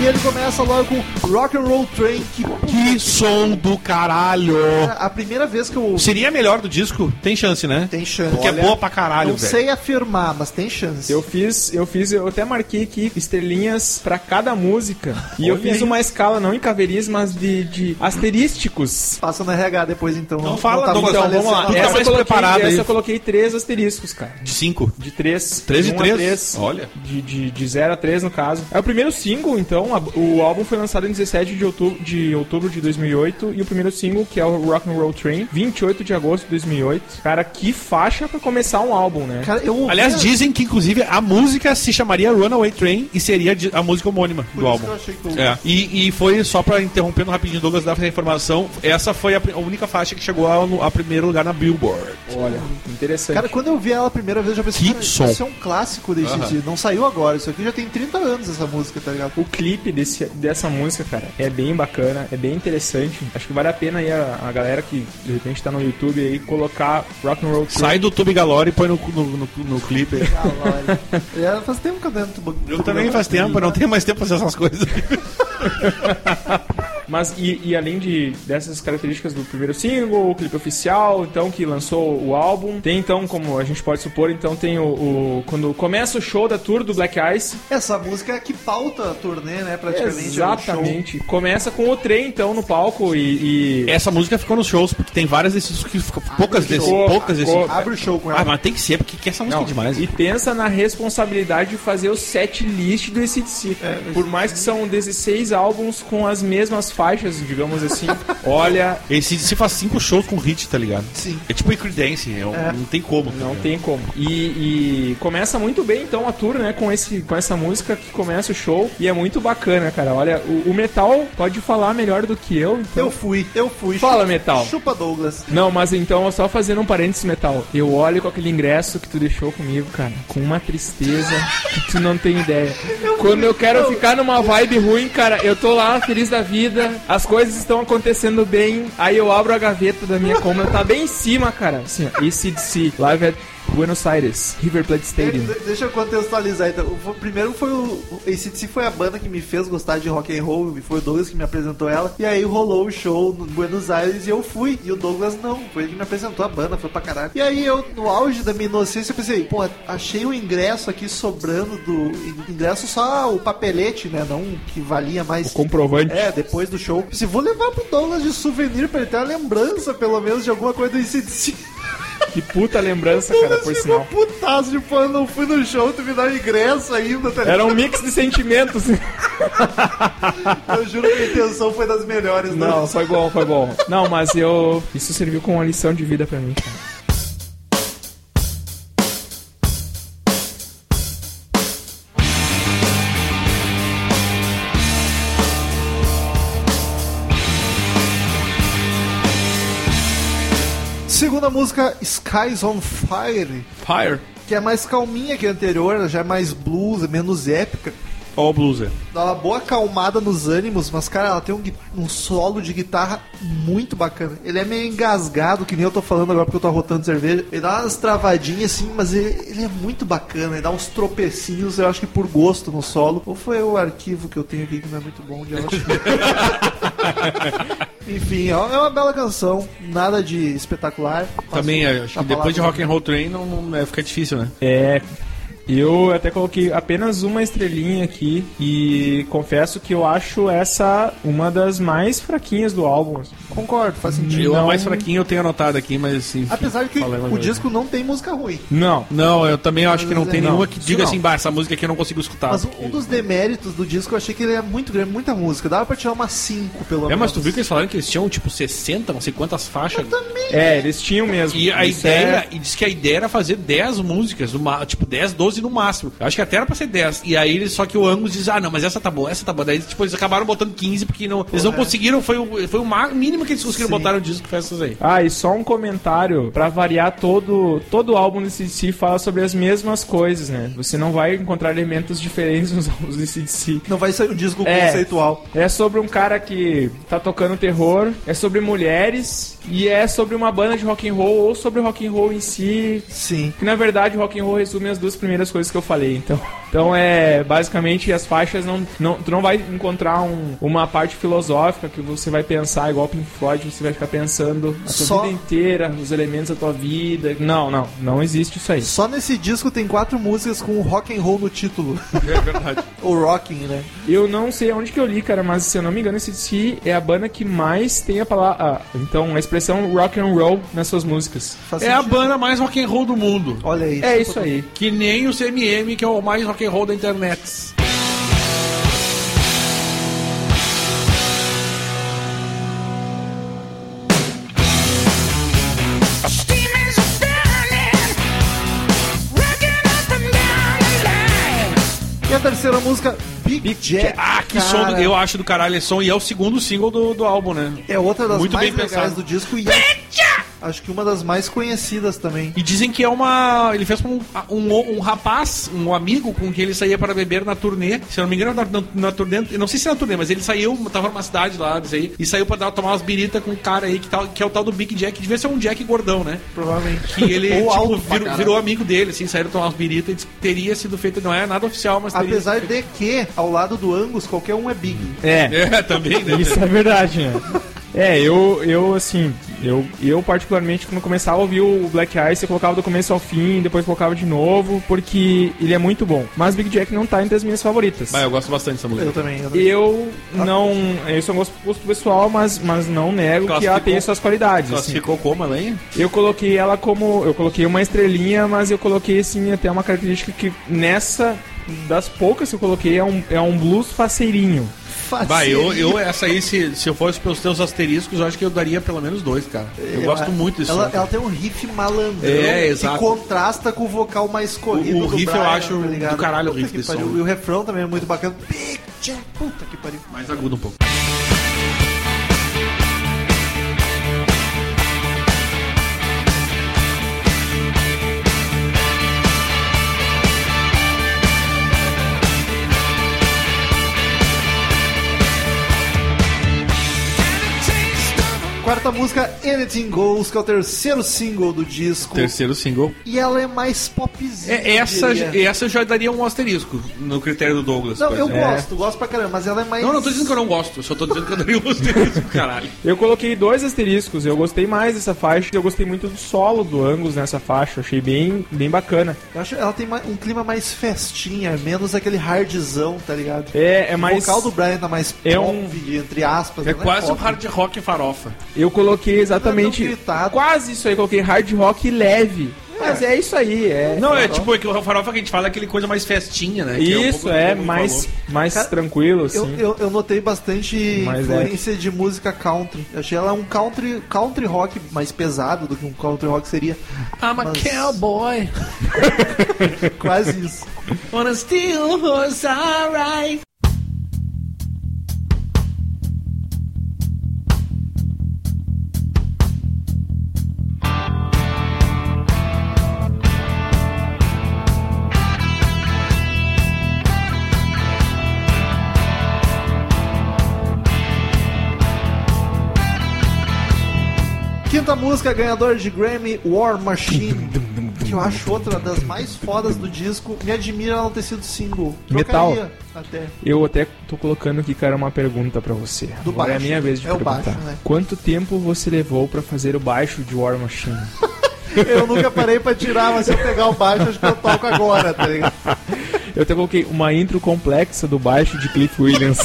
E ele começa logo com Rock and Roll Train, que Que som do caralho! Cara, a primeira vez que eu ouvi. Seria a melhor do disco? Tem chance, né? Tem chance. Porque Olha, é boa pra caralho, Não velho. sei afirmar, mas tem chance. Eu fiz, eu fiz, eu até marquei aqui estrelinhas pra cada música. E eu Olha fiz aí. uma escala não em caveiris, mas de, de asterísticos. Passa no RH depois, então. Então fala, tá Douglas, muito então, vamos lá. falecendo. Tu tá mais eu coloquei, preparado aí. essa eu coloquei três asteriscos, cara. De 5. De três. Três de um a três? três. Olha. De, de, de zero a três, no caso. É o primeiro single, então. A, O álbum foi lançado em 17 de outubro de, outubro de 2008 e o primeiro single, que é o Rock and Roll Train, 28 de agosto de 2008. Cara, que faixa pra começar um álbum, né? Cara, eu ouvi Aliás, a- dizem que inclusive a música se chamaria Runaway Train e seria de- a música homônima do Por isso álbum. que eu achei que eu- É. E, e foi, só pra interrompendo rapidinho, Douglas, dar essa informação, essa foi a, pri- a única faixa que chegou ao, a primeiro lugar na Billboard. Olha, interessante. Cara, quando eu vi ela a primeira vez, eu já pensei, Que cara, som. isso é um clássico desse dia. Não saiu agora, isso aqui já tem 30 anos essa música, tá ligado? O clipe desse, dessa música, cara, é bem bacana, é bem interessante. Acho que vale a pena aí a, a galera que de repente tá no YouTube aí colocar Rock and Roll Train. Sai do Tube Galore e põe no, no, no, no clipe. [laughs] E ela É, faz tempo que eu dentro do Eu também faz tempo, eu não tenho mais tempo pra fazer essas coisas. Mas e, e além de dessas características do primeiro single, o clipe oficial, então que lançou o álbum, tem então como a gente pode supor, então tem o, o- quando começa o show da tour do Black Eyes, Essa música é que pauta a turnê, né? Praticamente. É um show. exatamente, começa com o trem então no palco e, É e- Essa música ficou nos shows, porque tem várias desses que ficam- poucas desses, show. poucas desses. Ah, Ficou. Abre o show com Ah, ela. mas tem que ser, porque que essa música Não, é demais. E pensa na responsabilidade de fazer o set list do ACDC. Por mais que são 16 álbuns com as mesmas faixas, digamos assim. olha, Esse se faz cinco shows com hit, tá ligado? Sim. É tipo Creedence, é, um- não tem como. não tem como. E, e começa muito bem então a tour, né? Com, esse, com essa música que começa o show. E é muito bacana, cara. Olha, o, o metal pode falar melhor do que eu. Então... Eu fui, eu fui. Fala, Chupa- metal. Chupa Douglas. Não, mas então, só fazendo um parênteses, Metal. Eu olho com aquele ingresso que tu deixou comigo, cara, com uma tristeza que tu não tem ideia. Quando eu quero ficar numa vibe ruim, cara, eu tô lá feliz da vida, as coisas estão acontecendo bem, aí eu abro a gaveta da minha cômoda, tá bem em cima, cara. Assim, ó, ACDC, Live at Buenos Aires, River Plate Stadium. De- Deixa eu contextualizar então. O primeiro foi o. o ACDC foi a banda que me fez gostar de rock and roll, e foi o Douglas que me apresentou ela. E aí rolou o show no Buenos Aires e eu fui. E o Douglas não, foi ele que me apresentou a banda, foi pra caralho. E aí eu, no auge da minha inocência, eu pensei, pô, achei o ingresso aqui sobrando do. Ingresso só o papelete, né? Não o que valia mais. Comprovante. É, depois do show. Se vou levar pro Douglas de souvenir pra ele ter uma lembrança, pelo menos, de alguma coisa do ACDC. Que puta lembrança, cara, Douglas por ficou sinal. putaço, tipo, eu não fui no show, tu me dá ingresso ainda, tá ligado? Era um mix de sentimentos. Eu juro que a intenção foi das melhores, né? Não, foi bom, foi bom. Não, mas eu. Isso serviu como uma lição de vida pra mim, cara. Segunda música, Skies on Fire, Fire. que é mais calminha que a anterior, ela já é mais blues, é menos épica. Ó, o blusa. Dá uma boa acalmada nos ânimos, mas, cara, ela tem um, gui- um solo de guitarra muito bacana. Ele é meio engasgado, que nem eu tô falando agora porque eu tô arrotando cerveja. Ele dá umas travadinhas assim, mas ele, ele é muito bacana. Ele dá uns tropecinhos, eu acho que por gosto no solo. Ou foi o arquivo que eu tenho aqui que não é muito bom de eu acho. Enfim, ó, é uma bela canção, nada de espetacular. Também, é, Mas, acho a que depois de palavra- Rock and Roll Train não, não- é, fica difícil, né? É. Eu até coloquei apenas uma estrelinha aqui e confesso que eu acho essa uma das mais fraquinhas do álbum. assim. Concordo, faz sentido. Eu, a Não. mais fraquinho eu tenho anotado aqui, mas assim... Apesar de que falei uma o vez. disco não tem música ruim. Não. Não, eu também acho que não tem Não, nenhuma que isso diga não. assim, bah, essa música aqui eu não consigo escutar. Mas um dos deméritos do disco eu achei que ele é muito grande, muita música. Dava pra tirar umas 5 pelo menos. É, mas tu viu que eles falaram que eles tinham, tipo, 60, não sei quantas faixas. É, eles tinham mesmo. E é- a Isso é- ideia, e diz que a ideia era fazer 10 músicas, uma, tipo 10, 12 no máximo. Eu acho que até era pra ser 10. E aí, eles- só que o Angus diz, ah, não, mas essa tá boa, essa tá boa. Daí, tipo, eles acabaram botando 15, porque não, eles não conseguiram, foi o, foi o ma- mínimo que eles conseguiram botar no disco que foi essas aí. Ah, e só um comentário pra variar todo todo álbum do CDC fala sobre as mesmas coisas, né? Você não vai encontrar elementos diferentes nos [laughs] álbuns do CDC. Não vai sair um disco É. conceitual. É sobre um cara que tá tocando terror, é sobre mulheres e é sobre uma banda de rock and roll ou sobre rock and roll em si. Sim. Que na verdade rock and roll resume as duas primeiras coisas que eu falei, então. Então é basicamente as faixas não, não tu não vai encontrar um- uma parte filosófica que você vai pensar igual Pink Floyd, você vai ficar pensando a tua Só- vida inteira, os elementos da tua vida. Não, não, não existe isso aí. Só nesse disco tem quatro músicas com rock and roll no título. [laughs] [laughs] É verdade. Ou rocking, né? Eu não sei onde que eu li, cara, mas se eu não me engano, esse DC é a banda que mais tem a palavra, ah, então a expressão rock and roll nas suas músicas. Faz [laughs] É a sentido. banda mais rock and roll do mundo. Olha isso. É isso aí. Que nem o CMM, que é o mais rock and roll da internet. a terceira música, Big, Big Jack. Ah, que cara. som do, eu acho do caralho esse som e é o segundo single do, do álbum, né? É outra das Muito mais bem legais pensado. do disco e é, acho que uma das mais conhecidas também. E dizem que é uma. Ele fez com um, um, um rapaz, um amigo com quem ele saía para beber na turnê. Se eu não me engano, na, na, na turnê. Não sei se na turnê, mas ele saiu, tava numa cidade lá, diz aí, e saiu pra dar, tomar umas birita com um cara aí que, tal, que é o tal do Big Jack. Devia ser um Jack gordão, né? Provavelmente. [laughs] Que ele Ou tipo, alto pra virou, caralho. virou amigo dele, assim, saíram tomar umas birita e disse que teria sido feito. Não é nada oficial, mas teria. Apesar de que, ao lado do Angus, qualquer um é Big. É. [laughs] É, também, né? Isso é verdade, né? É, eu, eu assim, eu, eu particularmente, quando começava a ouvir o Black Ice, eu colocava do começo ao fim, depois colocava de novo, porque ele é muito bom. Mas Big Jack não tá entre as minhas favoritas. Bah, eu gosto bastante dessa música. Eu também. eu também. Eu não. Isso é um gosto, gosto pessoal, mas, mas não nego que ela Classificou- tem suas qualidades. assim. Classificou como, Alenha? Eu coloquei ela como. Eu coloquei uma estrelinha, mas eu coloquei assim até uma característica que nessa. Das poucas que eu coloquei é um, é um blues faceirinho. Bah, eu, eu, essa aí, se, se eu fosse pelos teus asteriscos, eu acho que eu daria pelo menos dois, cara. Eu gosto muito desse É, ela, som. ela tem um riff malandrão É, exato. que contrasta com o vocal mais corrido O- o do riff eu Brian, acho tá ligado? do caralho o Puta riff que desse pariu. som. né? E o refrão também é muito bacana. Big Jack, puta que pariu. Mais agudo um pouco. Quarta música, Anything Goes, que é o terceiro single do disco. Terceiro single. E ela é mais popzinha. É, essa, eu diria. essa eu já daria um asterisco no critério do Douglas. Não, por eu exemplo. gosto, gosto pra caramba, mas ela é mais. é. Não, não tô dizendo que eu não gosto, eu só tô dizendo que eu daria um [laughs] asterisco, caralho. Eu coloquei dois asteriscos, eu gostei mais dessa faixa, eu gostei muito do solo do Angus nessa faixa, eu achei bem, bem bacana. Eu acho ela tem ma- um clima mais festinha, menos aquele hardzão, tá ligado? É, é mais. O vocal do Brian tá mais É pop, um- entre aspas. É né? quase um Pop. hard rock farofa. Eu coloquei é um Não, exatamente. não gritado. Quase isso aí, coloquei hard rock leve. Mas é isso aí, é. um Não, é tipo, é que o farofa que a gente fala é aquele coisa mais festinha, né? Que um Isso, pouco do que é, o Douglas mais, falou. mais Cara, tranquilo, assim. Eu, eu, eu notei bastante Mais influência de música country. Eu achei ela um country, country rock mais pesado do que um country rock seria. I'm [laughs] a Mas- cowboy Quase isso. on a steel horse, alright. Quinta música, ganhador de Grammy, War Machine. Que eu acho outra das mais fodas do disco. Me admira ela não ter sido single. Metal. Trocaria até. Eu até tô colocando aqui, cara, uma pergunta pra você. Do Agora é a baixo. minha vez de É o perguntar. baixo, né? Quanto tempo você levou pra fazer o baixo de War Machine? Eu nunca parei pra tirar, mas se eu pegar o baixo, acho que eu toco agora, tá ligado? Eu até coloquei uma intro complexa do baixo de Cliff Williams.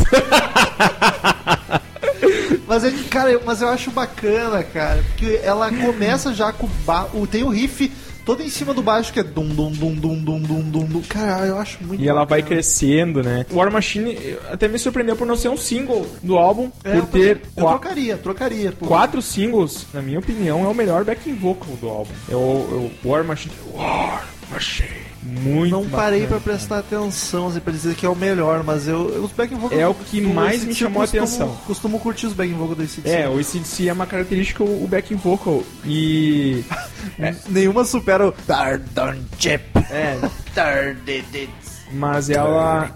Mas é que, cara, eu, mas eu acho bacana, cara, porque ela começa já com o ba- o tem o riff todo em cima do baixo que é dum dum dum dum dum dum dum. dum. Cara, eu acho muito e ela vai bacana. crescendo, né? War Machine eh, até me surpreendeu por não ser um single do álbum, É, eu, por ter eu qua- trocaria, trocaria. por- quatro singles, na minha opinião, é o melhor backing vocal do álbum. É Eu, eu War Machine. War Machine. Muito Não parei pra bacana. prestar atenção, assim, pra dizer que é o melhor, mas eu, eu- os back vocals É eu o que costumo- mais esse me tipo, chamou a costumo- atenção. Costumo curtir os back vocals desse disco. É, o ACDC é uma característica o o backing vocal. E. Nenhuma supera o Dardon Chip. [laughs] É, Thirty Mas ela.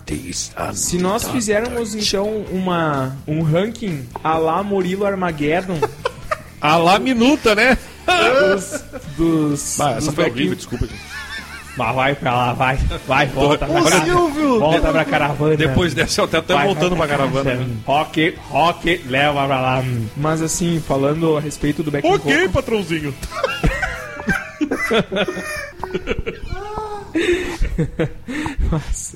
Se nós fizermos então uma, um ranking a lá Murilo [laughs] Armageddon A lá minuta, né? dos. dos, Bah, dos Ah, [laughs] essa foi back- horrível, desculpa. gente. Mas vai pra lá, vai, vai, volta pra O caravana. Silvio! Volta pra caravana. Depois dessa eu até tô É. Vai, voltando vai pra caravana. né? Rock, rock, leva pra lá. Mas assim, falando a respeito do backing vocal. patrãozinho.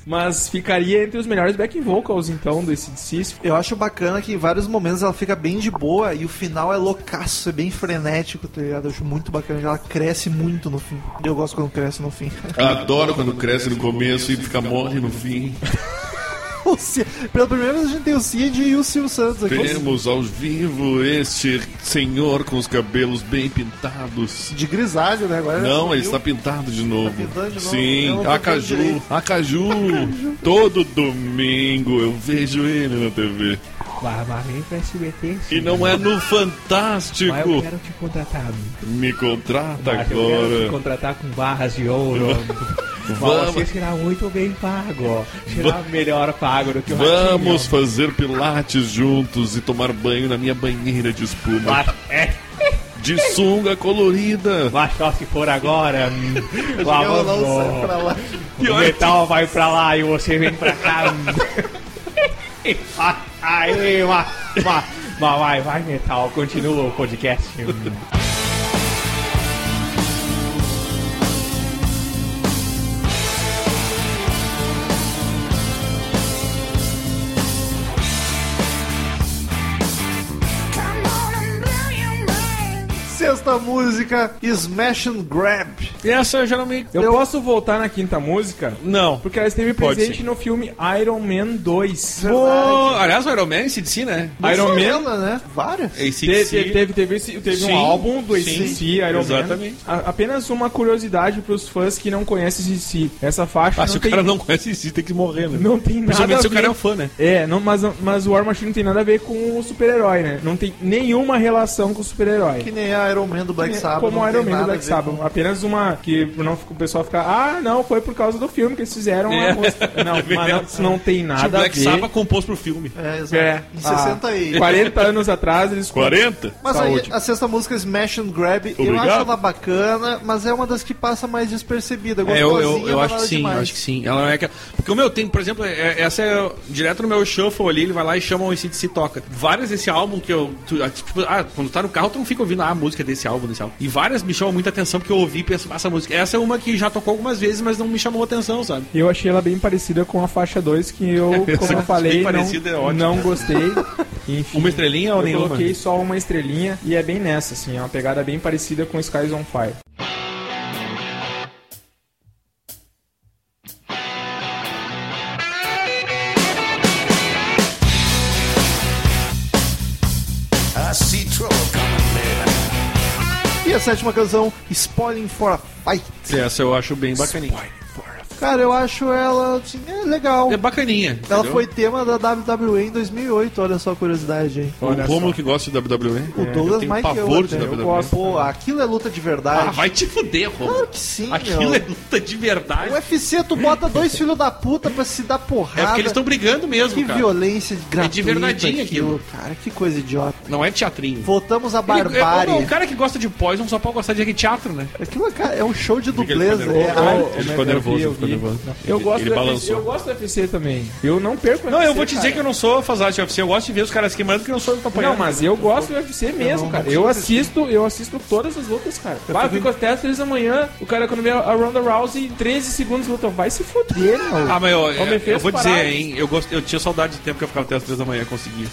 Mas ficaria entre os melhores backing vocals então do ACDC. Eu acho bacana que em vários momentos ela fica bem de boa e o final é loucaço, é bem frenético, tá ligado? Eu acho muito bacana, ela cresce muito no fim. Eu gosto quando cresce no fim. [laughs] Adoro quando cresce no começo e fica morre no fim. o o Cid. Pela primeira vez a gente tem o Cid e o Silvio Santos aqui. Temos ao vivo este senhor com os cabelos bem pintados. De grisalho, né? Agora ele Não, tá- ele está pintado de novo. pintando de novo. Eu não Sim, tô vendo Acaju. direito. Acaju. Todo domingo eu vejo ele na TV. Bah, bah, vem pra SBT. E não é no Mas eu Fantástico. quero te contratar, amigo. Me contrata Mas eu quero te agora. contratar com barras de ouro. Mas Vamos. Você será muito bem pago. Será melhor pago do que o Vamos Ratinho. fazer pilates juntos e tomar banho na minha banheira de espuma. Mas, é, De sunga colorida. mas só se for agora. hum. Lá Chegava lá, o vamos. Cid pra lá. O metal vai pra lá e você vem pra cá. hum. Ah, Aí, mas, mas, mas vai, vai, metal. Continua o podcast. hum. Sexta música, Smash and Grab. E né? essa eu já não me. Eu, posso voltar na quinta música? Não. Porque ela esteve Pode presente ser. no filme Iron Man 2. Pô, Oh, aliás, o Iron Man se disse, né? Iron Só Man ela, né? Várias. AC/DC. Teve, teve, teve, teve, esse- teve Sim, um álbum do sim, ACC, Iron exatamente. Man. A- apenas uma curiosidade para os fãs que não conhecem ACC. Essa faixa Ah, não, se o tem, cara não conhece esse, tem que morrer, né? não tem nada Principalmente a se o cara é ver... um fã, né? É, não, mas, mas o War Machine não tem nada a ver com o super-herói, né? Não tem nenhuma relação com o super-herói. É, Que nem a Iron Man do Black Sabbath. Como não o tem Iron Man nada do a Black ver Sabbath. Apenas uma que não, fica- o pessoal fica, ah, não, foi por causa do filme que eles fizeram É. [laughs] a música. Não, mas não, isso não tem Tinha o nada a Tipo Black ver. Sabbath compôs pro filme. com- É, exato. É, Em há 60 e... 40 anos atrás eles 40? Mas aí, Saúde. a sexta música, é Smash and Grab, eu Obrigado. acho ela bacana, mas é uma das que passa mais despercebida. É, eu, eu, Gostosinha, eu mas acho que nada sim, demais. eu acho que sim. Ela não é que... Porque o meu tem, por exemplo, é- essa é direto no meu shuffle ali, ele vai lá e chama o ICDC toca. Várias desse álbum que eu. tu- ah, tipo, ah, quando tá no carro, tu não fica ouvindo ah, a música desse álbum, desse álbum. E várias me chamam muita atenção porque eu ouvi e penso, "Ah, essa música. Essa é uma que já tocou algumas vezes, mas não me chamou atenção, sabe? Eu achei ela bem parecida com a faixa 2, que [laughs] eu, como eu falei, Bem não, parecida é ótimo. não [laughs] gostei. Enfim, Uma estrelinha ou eu nenhuma? coloquei só uma estrelinha e é bem nessa, assim, é uma pegada bem parecida com Skies on Fire. E a sétima canção, Spoiling for a Fight. Essa eu acho bem bacaninha. Cara, eu acho ela assim, é legal. É bacaninha. Ela entendeu? foi tema da WWE em 2008, olha só a curiosidade, hein? Um O um Romulo que gosta de É, WWE? O Douglas tenho Michael. pavor de até. WWE. Eu gosto. Pô, aquilo é luta de verdade. Ah, vai te fuder, Romulo. Claro que sim, Aquilo meu. é luta de verdade. O UFC, tu bota [laughs] dois filhos da puta pra se dar porrada. é porque eles estão brigando mesmo, Que cara. violência gratuita. verdadeinha aquilo. Cara, que coisa idiota. Não é teatrinho. Voltamos à Ele- é, barbárie. o cara que gosta de Poison só pode gostar de teatro, né? Aquilo cara, é um show de dublês. Fica ele É, nervoso. arte. Ele ficou nervoso, ele ficou nervoso. Eu Ele- gosto, ele do UFC, balançou. eu gosto do UFC também. Eu não perco Não, eu vou te dizer que eu não sou fazate UFC, eu gosto de ver os caras queimando que eu não sou do não... apanhando. mas eu gosto do UFC mesmo, não cara. tinha Eu assisto, eu assisto todas as lutas, cara. Vai, eu fico até às 3 da manhã, o cara quando vê a Ronda Rousey, em 13 segundos luta. Vai se foder, meu. Ah, mas eu, eu, me fez vou parar. dizer, hein, eu, gosto, eu tinha saudade do tempo que eu ficava até as três da manhã conseguir.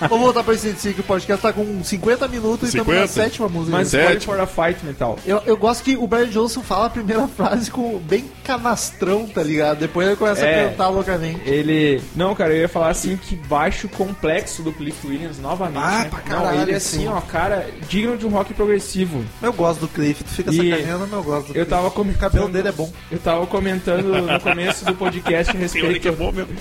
Vamos voltar pra esse que o podcast tá com 50 minutos e estamos na 50? sétima música. Mas Sétimo. escolhe for a fight, metal. Eu, eu gosto que o Brian Johnson fala a primeira [laughs] frase com bem canastrão, tá ligado? Depois ele começa É. a cantar loucamente. Ele. Não, cara, eu ia falar assim que baixo complexo do Cliff Williams novamente. Ah, né? pra Não, caralho, ele assim, sim. ó, cara, digno de um rock progressivo. Eu gosto do Cliff, tu fica E- sacaneando, mas eu gosto do Eu tava O comentando. cabelo dele é bom. Eu tava comentando [laughs] no começo do podcast a Teoria que é respeito bom mesmo.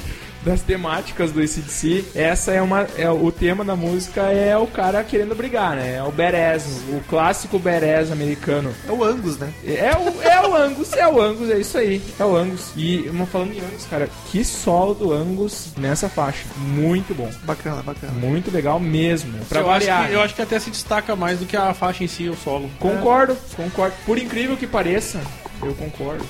das temáticas do ACDC. Essa é uma. É, o tema da música é o cara querendo brigar, né? É o Beres, o clássico Beres americano. É o Angus, né? É o, é o Angus, é o Angus, é isso aí. É o Angus. E mas falando em Angus, cara, que solo do Angus nessa faixa. Muito bom. Bacana, bacana. Muito legal mesmo. Pra eu, acho variar. que, eu acho que até se destaca mais do que a faixa em si, o solo. Concordo, concordo. Por incrível que pareça, eu concordo.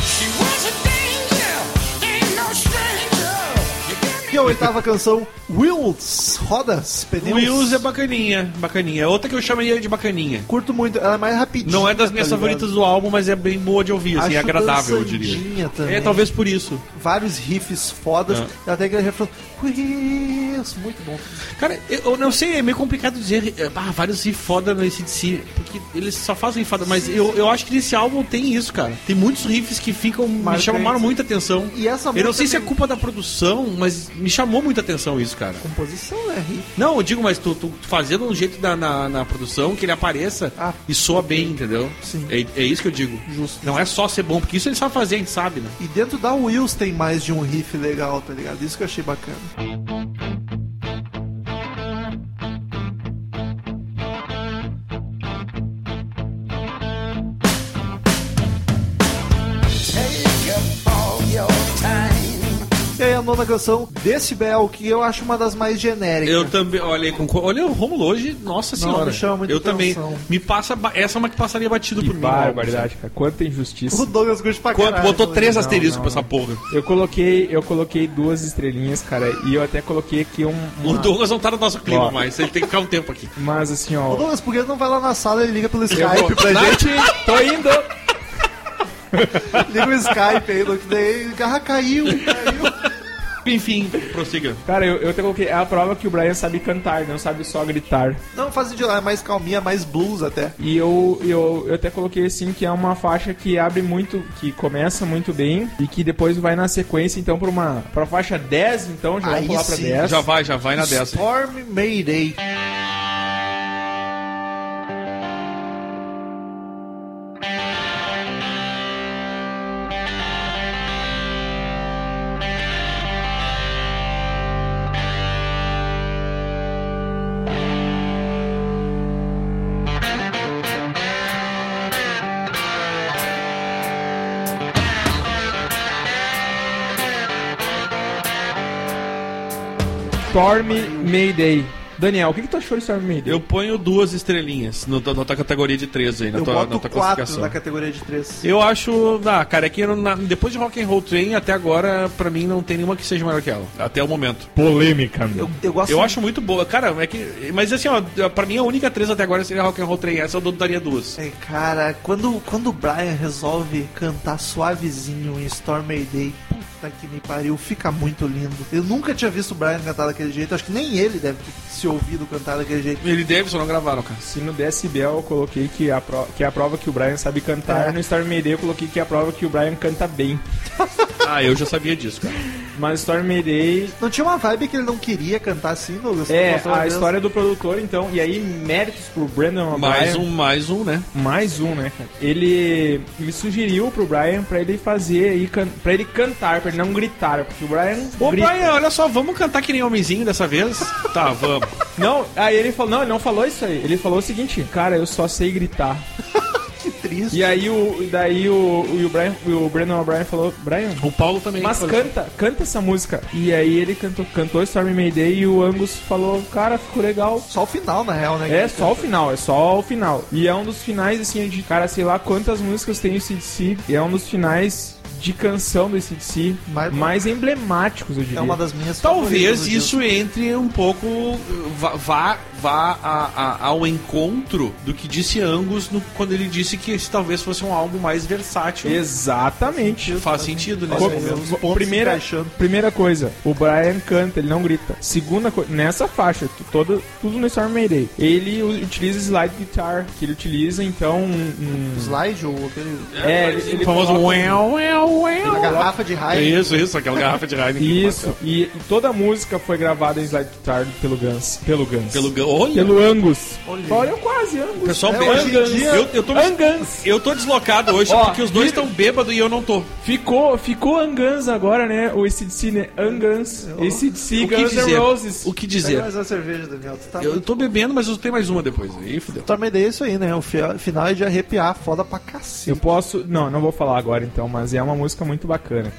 She was a danger, ain't no stranger. You got E é a oitava canção, Wheels, rodas, O pneus. Wills é bacaninha, bacaninha. É Outra que eu chamaria de bacaninha. Curto muito, ela é mais rapidinha. Não é das tá minhas ligado? favoritas do álbum, mas é bem boa de ouvir, assim, Acho é agradável, eu diria. dançandinha Também. É, talvez por isso. vários riffs fodas, É. até aquele refrão. Isso, muito bom. Cara, eu, eu não sei, é meio complicado dizer eh, bah, vários riffs foda no ACDC, porque eles só fazem foda, mas eu, eu acho que nesse álbum tem isso, cara. Tem muitos riffs que ficam, me Marcantes. chamaram muita atenção. E essa eu música não sei se é tem- culpa da produção, mas me chamou muita atenção isso, cara. Composição, né? Riff. Não, eu digo, mas tu, tu fazendo um jeito da- na, na produção que ele apareça Ah. e soa bem, entendeu? Sim. É, é isso que eu digo. Justo. Não é só ser bom, porque isso ele sabe fazer, a gente sabe, né? E dentro da Wills tem mais de um riff legal, tá ligado? Isso que eu achei bacana. E aí a nona canção, Decibel, que eu acho uma das mais genéricas. Eu também, olha aí, concor- olha o Romulo hoje, nossa senhora. me chama muita eu também. atenção. Me passa, ba- essa é uma que passaria batido Que por mim. barbaridade, cara. Quanta injustiça. O Douglas curte pra Quanto? caralho né? Botou também. três Não, asteriscos não, pra essa porra. Eu coloquei, eu coloquei duas estrelinhas, cara, e eu até coloquei aqui um. O uma- Douglas não tá no nosso clima Ó. mais, ele tem que ficar um tempo aqui. Mas assim, O ó. Douglas, por que ele não vai lá na sala e liga pelo vou- Skype pra gente? Nath, tô indo! Liga o Skype aí, Douglas, que daí garra caiu, caiu. Enfim, prossiga. Cara, eu, eu até coloquei. É a prova que o Brian sabe cantar, não sabe só gritar. Não, faz de lá, é mais calminha, mais blues até. E eu, eu, eu até coloquei assim que é uma faixa que abre muito, que começa muito bem e que depois vai na sequência, então pra uma pra faixa 10, então já Aí vamos pular pra sim, 10. Já vai, já vai na dessa. Storm Mayday. Storm Mayday. Daniel, o que, que tu achou de Storm Mayday? Eu ponho duas estrelinhas no- na tua categoria de três aí, na Eu tua, na boto tua 4 classificação. na categoria de 3. Eu acho, ah, cara, é que eu não- na- depois de Rock and Roll Train até agora, pra mim não tem nenhuma que seja maior que ela, até o momento. Polêmica, meu. Eu, eu gosto Eu acho muito boa, cara, é que, mas assim, ó, pra mim a única três até agora seria Rock and Roll Train, essa eu dou- daria duas. É, cara, quando, quando o Brian resolve cantar suavezinho em Storm Mayday, puta que me pariu, fica muito lindo. Eu nunca tinha visto o Brian cantar daquele jeito, acho que nem ele deve ter se ouvido cantar daquele jeito. Ele deve, só não gravaram, cara. Se no decibel eu coloquei que a, pro- que é a prova que o Brian sabe cantar, É. no Storm Mayday eu coloquei que é a prova que o Brian canta bem. Ah, eu já sabia disso, cara. Mas Storm Mayday Não tinha uma vibe que ele não queria cantar assim, Douglas? é Mostrou uma a vez. história do produtor, então, e aí méritos pro Brandon Mais O'Brien. um, mais um, né? Mais um, né, cara? Ele me sugeriu pro Brian pra ele fazer aí, can... pra ele cantar, pra ele não gritar, porque o Brian. Ô, grita. Brian, olha só, vamos cantar que nem homenzinho dessa vez? tá, vamos. Não, aí ele falou, não, ele não falou isso aí. Ele falou o seguinte, cara, eu só sei gritar. Que triste. E aí o. Daí o, e o, Brian, o Brandon O'Brien falou, Brian. O Paulo também. Mas falou. assim, canta, canta essa música. E aí ele cantou, cantou Stormy Mayday e o Angus falou, cara, ficou legal. Só o final, na real, né? É só o final, é só o final. E é um dos finais, assim, de cara, sei lá quantas músicas tem o CDC. E é um dos finais de canção do CDC Mais- mais, emblemáticos, eu diria. É uma das minhas favoritas Talvez do disco. isso entre um pouco. uh, vá, vá, vá a- a- ao encontro do que disse Angus no- quando ele disse que esse talvez fosse um álbum mais versátil. Exatamente. Faz sentido né? nesse Co- momento. assim, os pontos primeira, se encaixando. primeira coisa, o Brian canta, ele não grita. Segunda coisa, nessa faixa, tu- todo, tudo no Storm Mayday, ele u- utiliza slide guitar, que ele utiliza então um. um- Slide ou aquele... é, ele, ele O famoso coloca- well, well, A well. garrafa de raio. É Isso, isso, aquela garrafa de Heineken. que Isso, e, e toda a música foi gravada em slide guitar pelo Guns. Pelo Guns. Pelo, gan- olha, Pelo Angus. Olha, eu quase, Angus. Pessoal, É, bem- hoje em dia- eu, eu tô, Angans. eu tô deslocado hoje Ó, porque os dois vira- estão bêbados e eu não tô. Ficou, ficou Angans agora, né? O ACDC, né? Angans. ACDC, Guns N' Roses. O que Pega dizer? mais uma cerveja, Daniel. Tu tá Eu tô bebendo, mas eu tenho mais uma depois. Aí fudeu. Storm Day é isso aí, né? O fi- final é de arrepiar, foda pra Eu cacete. posso... Não, não vou falar agora, então, mas é uma música muito bacana.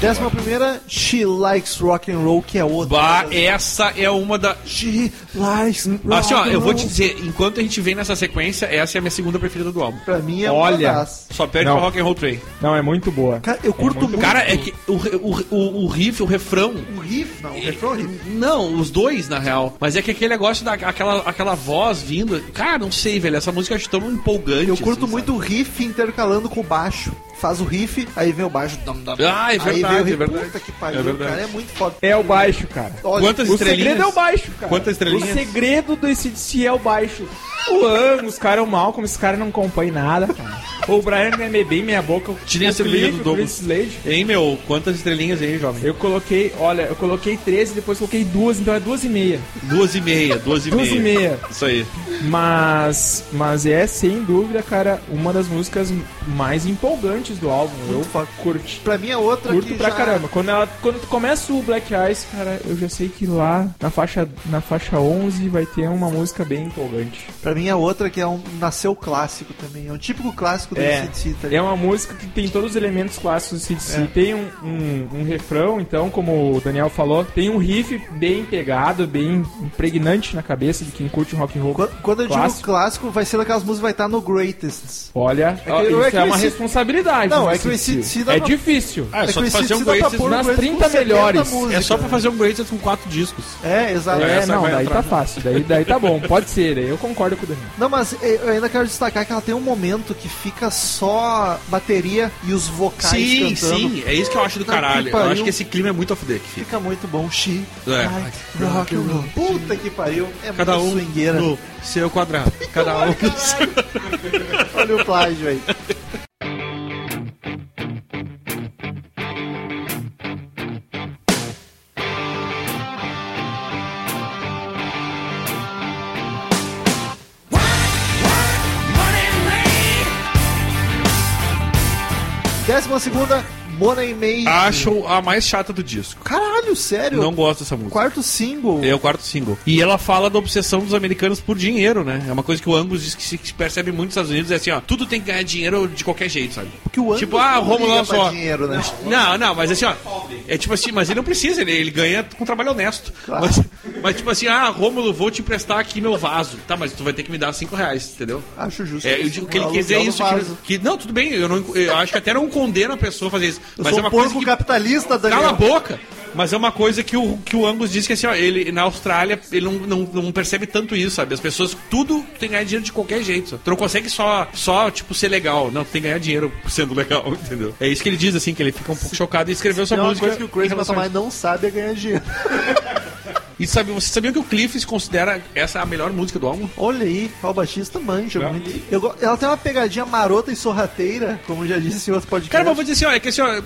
Décima primeira, She Likes Rock and Roll, que é outra. Bah, essa é uma da. She Likes Rock Assim, ó, and eu vou Roll. te dizer, enquanto a gente vem nessa sequência, essa é a minha segunda preferida do álbum. Pra mim é Olha. uma das. Só perde Não. pra Rock and Roll Train. Não, é muito boa. Cara, eu curto muito. Cara, é que o, re- o, re- o, o riff, o refrão. o riff, não, o refrão é o riff. Não, os dois, na real. Mas é que aquele negócio da aquela, aquela voz vindo. Cara, não sei, velho. Essa música eu acho tão empolgante. Eu curto assim, muito o riff intercalando com o baixo. Faz o riff, aí vem o baixo. dum, dum, dum. Ah, é aí verdade, vem o riff. é verdade. Puta que pariu, É verdade. cara, é muito foda. É o baixo, cara. Olha, Quantas O estrelinhas? segredo é o baixo, cara. Quantas estrelinhas? O segredo do ACDC é o baixo. O Ang, os caras é o mal, como esse cara não compõe nada, cara. O Brian é bem meia boca. Tirem a O cerveja Cliff, do o Douglas. Chris Slade. sabe? Hein, meu? Quantas estrelinhas aí, jovem? Eu coloquei, olha, eu coloquei 13, depois coloquei duas, então é duas e meia. Duas e meia, duas e Duas e meia. meia. Isso aí. Mas, mas é, sem dúvida, cara, uma das músicas mais empolgantes do álbum. Eu curti. Pra mim é outra Curto que pra já- caramba. Quando, ela, quando começa o Black Eyes, cara, eu já sei que lá na faixa, na faixa 11 vai ter uma música bem empolgante. Pra mim é outra que é um nasceu clássico também. É um típico clássico do É, ACDC, tá é ligado? uma música que tem todos os elementos clássicos do CDC. É. Tem um, um, um refrão, então, como o Daniel falou, tem um riff bem pegado, bem impregnante na cabeça de quem curte rock and roll. Quando, quando eu digo um Clássico. clássico, vai ser daquelas músicas que vai estar no Greatest. Olha, que- ó, é isso que é, uma esse- responsabilidade. Não, do é que o AC/DC. AC/DC dá É pra- difícil. Ah, é só que tu esse fazer um dá pra Greatest tá pôr no nas Greatest 30 com 70 melhores. músicas. É só pra fazer um Greatest com quatro discos. É, exato. É, essa não, vai daí entrar. tá fácil. Daí, daí tá bom, pode ser. daí Eu concordo com o Daniel. Não, mas eh, eu ainda quero destacar que ela tem um momento que fica só bateria e os vocais Sim, cantando. sim. É isso que eu acho do Puta que caralho. Eu pariu. acho que esse clima é muito off the que fica. Fica muito bom. She É. likes rock and roll. Puta que pariu. É Cada muito um swingueira. no seu quadrado. Cada um no seu Olha o plágio aí. Décima segunda, Money Made. Acho a mais chata do disco. Caralho, sério? Não gosto dessa música. Quarto single. É o quarto single. E ela fala da obsessão dos americanos por dinheiro, né? É uma coisa que o Angus diz que se que percebe muito nos Estados Unidos. É assim, ó, tudo tem que ganhar dinheiro de qualquer jeito, sabe? Porque o tipo, Angus ah, o não Romulo liga pra só. dinheiro, né? Não, não, mas assim, ó. É tipo assim, mas ele não precisa, ele, ele ganha com trabalho honesto. Claro. Mas, mas tipo assim, ah, Rômulo, vou te emprestar aqui meu vaso. Tá, mas tu vai ter que me dar cinco reais, entendeu? Acho justo. É, eu digo que ele Aluguel quer dizer do isso. tipo, vaso. Que, que- não, tudo bem, eu, não, eu acho que até não condena a pessoa a fazer isso. Eu mas sou é uma um porco coisa que capitalista, Daniel. Cala a boca! Mas é uma coisa que o, que o Angus disse que assim, ó, ele na Austrália ele não, não, não percebe tanto isso, sabe? As pessoas, tudo tem que ganhar dinheiro de qualquer jeito. sabe? Tu não consegue só, só tipo, ser legal. Não, tu tem que ganhar dinheiro sendo legal, [laughs] entendeu? É isso que ele diz, assim, que ele fica um pouco chocado e escreveu essa Tem É uma música. coisa que o em Crazy relação a Metal Mind não sabe é ganhar dinheiro. isso. E sabe, você sabia que o Cliff considera essa a melhor música do álbum? Olha aí, o baixista manja muito. Eu go- ela tem uma pegadinha marota e sorrateira, como já disse em outro podcast. Cara, mas eu vou dizer assim, ó, é que assim, ó,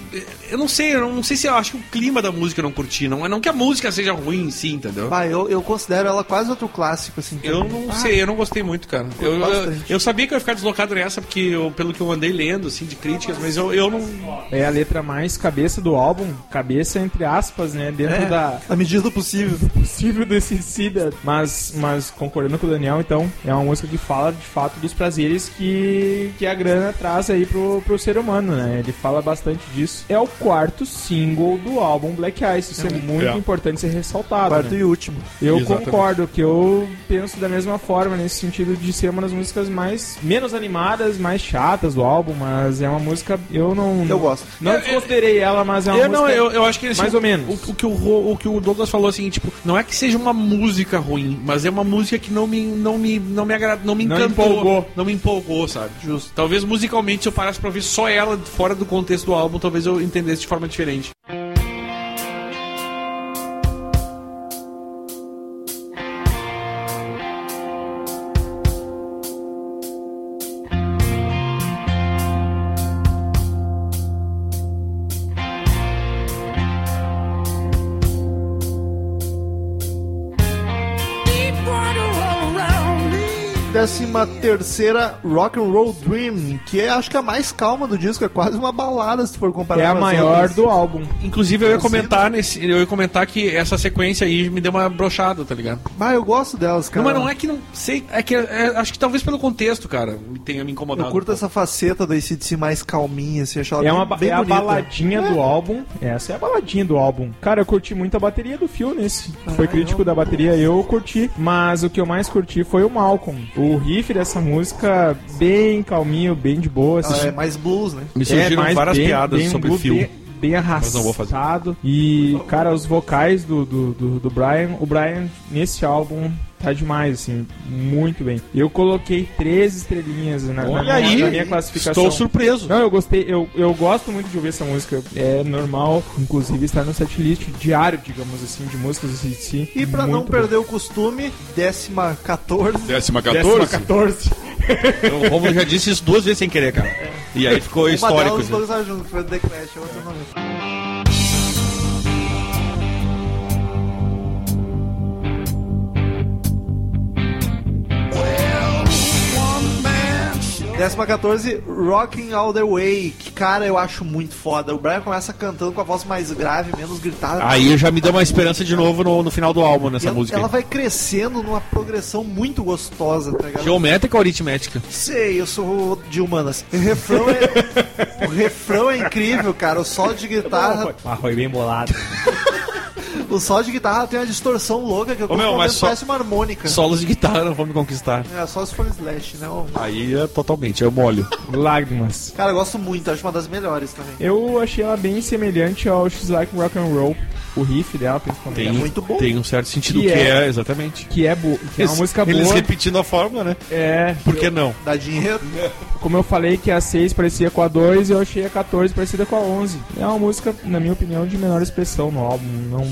eu não sei, eu não sei se eu acho que o clima da música eu não curti, não é não que a música seja ruim em si, entendeu? Vai, eu, eu considero ela quase outro clássico, assim. Eu também. Ah. não sei, eu não gostei muito, cara. Eu, eu, bastante. eu sabia que eu ia ficar deslocado nessa, porque eu- pelo que eu andei lendo, assim, de críticas, mas eu, eu não. É a letra mais cabeça do álbum, cabeça entre aspas, né? Dentro É, da na medida do possível. possível desse SIDA. Mas, mas concordando com o Daniel, então, é uma música que fala de fato dos prazeres que, que a grana traz aí pro, pro ser humano, né? Ele fala bastante disso. É o quarto single do álbum Black Eyes, isso é muito É. importante ser ressaltado. Quarto né? e último. Eu Exatamente. concordo, que eu penso da mesma forma, nesse sentido de ser uma das músicas mais menos animadas, mais chatas do álbum, mas é uma música. Eu não. Eu gosto. Não Eu- eu- desconsiderei ela, mas é uma Eu, música. não eu, eu acho que assim, mais ou menos. O, o que o, Ro- o que o Douglas falou assim, tipo, não é que seja uma música ruim, mas é uma música que não me não me não me agrada, não me Não encantou, empolgou. não me empolgou, sabe? Justo. Talvez musicalmente se eu parasse pra ouvir só ela fora do contexto do álbum, talvez eu entendesse de forma diferente. décima terceira Rock and Roll Dream, que é acho que a mais calma do disco, é quase uma balada se for comparar É a com as maior outras. do álbum. Inclusive, eu ia comentar nesse, eu ia comentar que essa sequência aí me deu uma brochada, tá ligado? Mas eu gosto delas, Não, cara. mas não é que não sei, é que é, acho que talvez pelo contexto, cara, me tenha me incomodado. Eu curto essa faceta do ACDC mais calminha, assim, acho ela É, uma, ba- bem é a bonita. baladinha do álbum. Essa é a baladinha do álbum. Cara, eu curti muito a bateria do Phil nesse. Tu Foi crítico da bateria, eu curti. Mas o que eu mais curti foi o Malcolm. O riff dessa música, bem calminho, bem de boa. Ela assim. é mais blues, né? Me surgiram mais várias piadas um sobre blues Phil. Bem, bem mas não vou fazer. arrastado. E, cara, os vocais do, do, do, do Brian. O Brian, nesse álbum, tá demais, assim. Muito bem. Eu coloquei três estrelinhas na, na minha, aí, na minha classificação. Estou surpreso. Não, eu gostei, eu, eu gosto muito de ouvir essa música. É normal, inclusive, estar no setlist diário, digamos assim, de músicas do CDC. E pra não Muito bom. perder o costume, décima 14. Décima 14. Décima 14. O Romulo já disse isso duas vezes sem querer, cara. E [laughs] aí ficou Uma histórico. delas, todas junto, que foi The Clash, é a outra não. Décima 14, Rocking All The Way, que cara eu acho muito foda. O Brian começa cantando com a voz mais grave, menos gritada. Aí já me deu uma esperança de novo no, no final do álbum E nessa ela, música. ela aí. vai crescendo numa progressão muito gostosa, tá ligado? Geométrica ou aritmética? Sei, eu sou de humanas. O refrão é, o refrão é incrível, cara. O solo de guitarra, Ah, foi bem bolado. o solo de guitarra tem uma distorção louca que eu tô meu, falando mas só- parece uma harmônica. Solos de guitarra não vão me conquistar. É só se for slash, né? Um- Aí é totalmente, eu molho. Lágrimas. Cara, eu gosto muito, acho uma das melhores também. Eu achei ela bem semelhante ao She's Like Rock and Roll, o riff dela, principalmente. Tem, É muito bom. Tem um certo sentido Que que é. é, exatamente. Que é, bo- que é uma música boa. Eles repetindo a fórmula, né? É, Por que não? Dá dinheiro. como eu falei que a 6 parecia com a 2, eu achei a 14 parecida com a 11. É uma música, na minha opinião, de menor expressão no álbum. Não,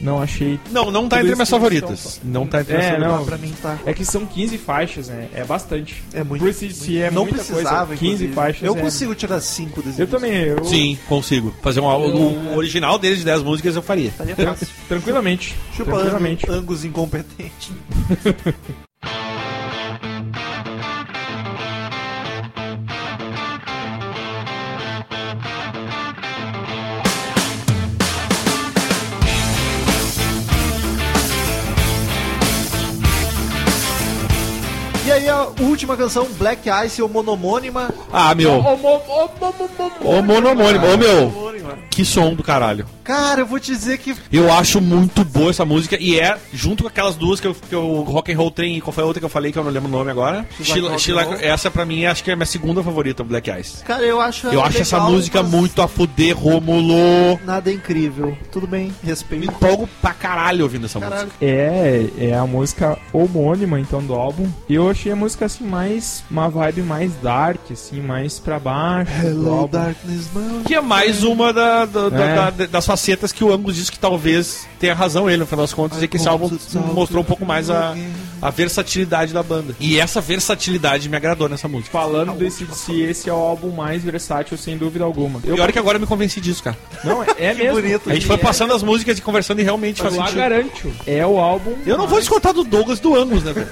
não achei. Não, não tá Tudo entre isso minhas tem favoritas. questão, Não tá entre minhas É, favoritas. não. Pra mim tá. É que são 15 faixas, né? É bastante. É muito. Pro CDC é não muita precisava, coisa. 15 inclusive. faixas. Eu é- consigo tirar 5 desse Eu disco. também, eu. Sim, consigo. Fazer um álbum o original deles de 10 músicas eu faria. Estaria fácil. [laughs] Tranquilamente. Chupa Tranquilamente. Angus, Angus incompetente. E aí a última canção, Black Ice ou Monomônima. Ah, meu. Ô, monomônimo. Ô, meu. Monomônima. Que som do caralho. Cara, eu vou te dizer que Eu acho muito boa essa música e é junto com aquelas duas que eu, que eu Rock and Roll Train, qual foi a outra que eu falei que eu não lembro o nome agora? She Like She- Rock She and Like- Roll. essa pra mim acho que é a minha segunda favorita, Black Eyes. Cara, eu acho. Eu acho essa legal, música mas muito a fuder, Romulo. Nada é incrível. Tudo bem, Me respeito. empolgo pra caralho ouvindo essa Caralho. música. É, é a música homônima, então, do álbum. E eu achei a música, assim, mais... Uma vibe mais dark, assim, mais pra baixo do Hello, álbum. Darkness, mano. Que é mais uma da- da- da- É. da- das facetas que o Angus disse que talvez tenha razão ele, no final das contas, e que esse álbum mostrou um pouco mais a, a versatilidade da banda. E essa versatilidade me agradou nessa música. Falando desse se esse é o álbum mais versátil, sem dúvida alguma. Eu, Pior é que agora eu me convenci disso, cara. não, é, é mesmo. bonito. A gente foi passando as músicas e conversando e realmente faz Eu lá sentido. garanto. É o álbum. Eu não vou descontar do Douglas do Angus, né? velho?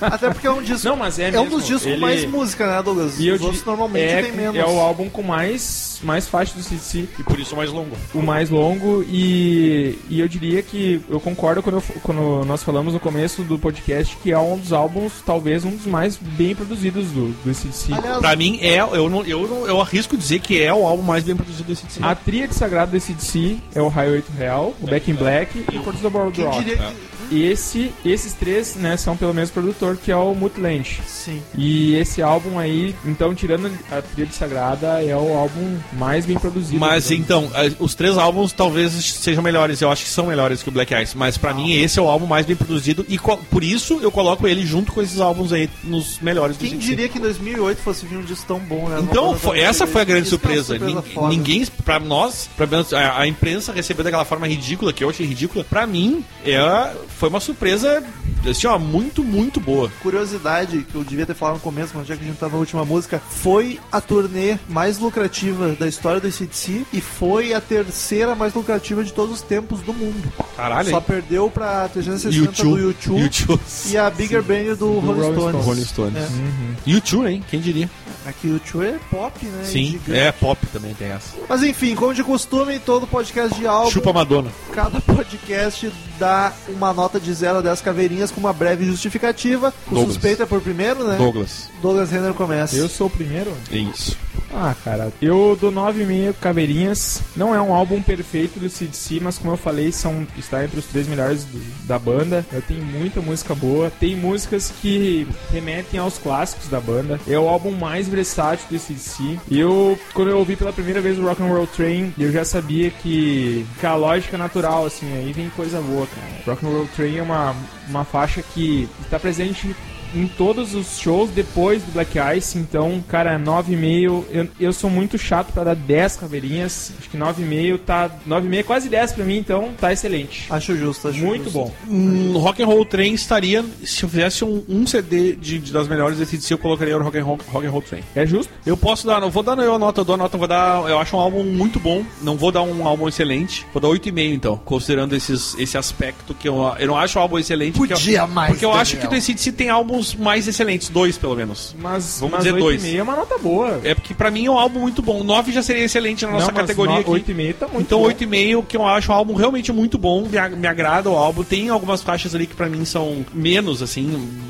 Até porque é um disco. Não, mas é é um mesmo. dos discos Ele- com mais música, né, Douglas? E eu Os outros diria- normalmente é, tem menos. É o álbum com mais, mais faixa do CDC, E por isso mais longo. o mais longo, e, e eu diria que eu concordo quando, eu f- quando nós falamos no começo do podcast que é um dos álbuns, talvez um dos mais bem produzidos do, do CDC. Aliás, Pra mim, é, eu, não, eu, não, eu arrisco dizer que é o álbum mais bem produzido desse disco. A tria de sagrado do CDC é o Highway to Hell, o Back in Black e o Curtis the World quem Rock. diria que. E esse, esses três, né, são pelo mesmo produtor, que é o Mutland. Sim. E esse álbum aí, então, tirando a trilha de Sagrada, é o álbum mais bem produzido. Mas digamos. então, eh, os três álbuns talvez sejam melhores, eu acho que são melhores que o Black Eyes, mas pra mim esse é o álbum mais bem produzido e co- por isso eu coloco ele junto com esses álbuns aí nos melhores Quem CDC. diria que em 2008 fosse vir um disco tão bom, né? Então, foi- essa foi a grande Isso é uma surpresa. Nin- foda. Ninguém, pra nós, pra menos a, a imprensa recebeu daquela forma ridícula, que eu achei ridícula. Pra mim, é, foi uma surpresa Assim, ó, muito, muito boa. Curiosidade que eu devia ter falado no começo, mas já que a gente tá na última música, foi a turnê mais lucrativa da história do ACDC e foi a terceira mais lucrativa de todos os tempos do mundo. Caralho, Só hein? perdeu pra 360 do YouTube YouTube. e a Bigger Bang do, Rolling Rolling Stones. [laughs] Stones. Rolling Stones. É. Uhum. YouTube, hein? Quem diria? Aqui o YouTube é pop, né? Sim, Gigante. é pop também tem essa. Mas enfim, como de costume, todo podcast de álbum, Chupa Madonna. cada podcast dá uma nota de 0 a 10 caveirinhas com uma breve justificativa. O Douglas. suspeito é por primeiro, né? Douglas. Douglas Renner começa. Eu sou o primeiro? É isso. Ah, cara, eu dou 9,5 caveirinhas. Não é um álbum perfeito do CDC, mas como eu falei, são, está entre os três melhores do- da banda. Eu tenho muita música boa. Tem músicas que remetem aos clássicos da banda. É o álbum mais versátil do CDC. E eu, quando eu ouvi pela primeira vez o Rock and Roll Train, eu já sabia que, que a lógica natural, assim, aí vem coisa boa, cara. Rock and Roll Train é uma, uma faixa que está presente em todos os shows depois do Black Ice, então, cara, 9,5. Eu, eu sou muito chato pra dar 10 caveirinhas. Acho que 9,5 tá. 9,5, quase 10 pra mim, então tá excelente. Acho justo, acho Muito justo. bom. Hum, rock and Roll Train estaria, se eu fizesse um, um CD de, de- das melhores desse DC, eu colocaria o Rock and Roll, rock and Roll Train. É justo? Eu posso dar, não vou dar eu a nota, eu dou a nota, eu vou dar, eu acho um álbum muito bom, não vou dar um álbum excelente, vou dar 8,5 então, considerando esses, esse aspecto que eu, eu não acho um álbum excelente. porque eu- Podia mais, Porque eu acho que Daniel. o DC tem álbuns mais excelentes, dois pelo menos. Mas, Vamos mas dizer dois. 8,5 é uma nota boa. É porque pra mim é um álbum muito bom, 9 já seria excelente na nossa categoria aqui. 8,5 tá muito Então, bom. 8,5, que eu acho um álbum realmente muito bom, me, a- me agrada o álbum. Tem algumas faixas ali que pra mim são menos, assim,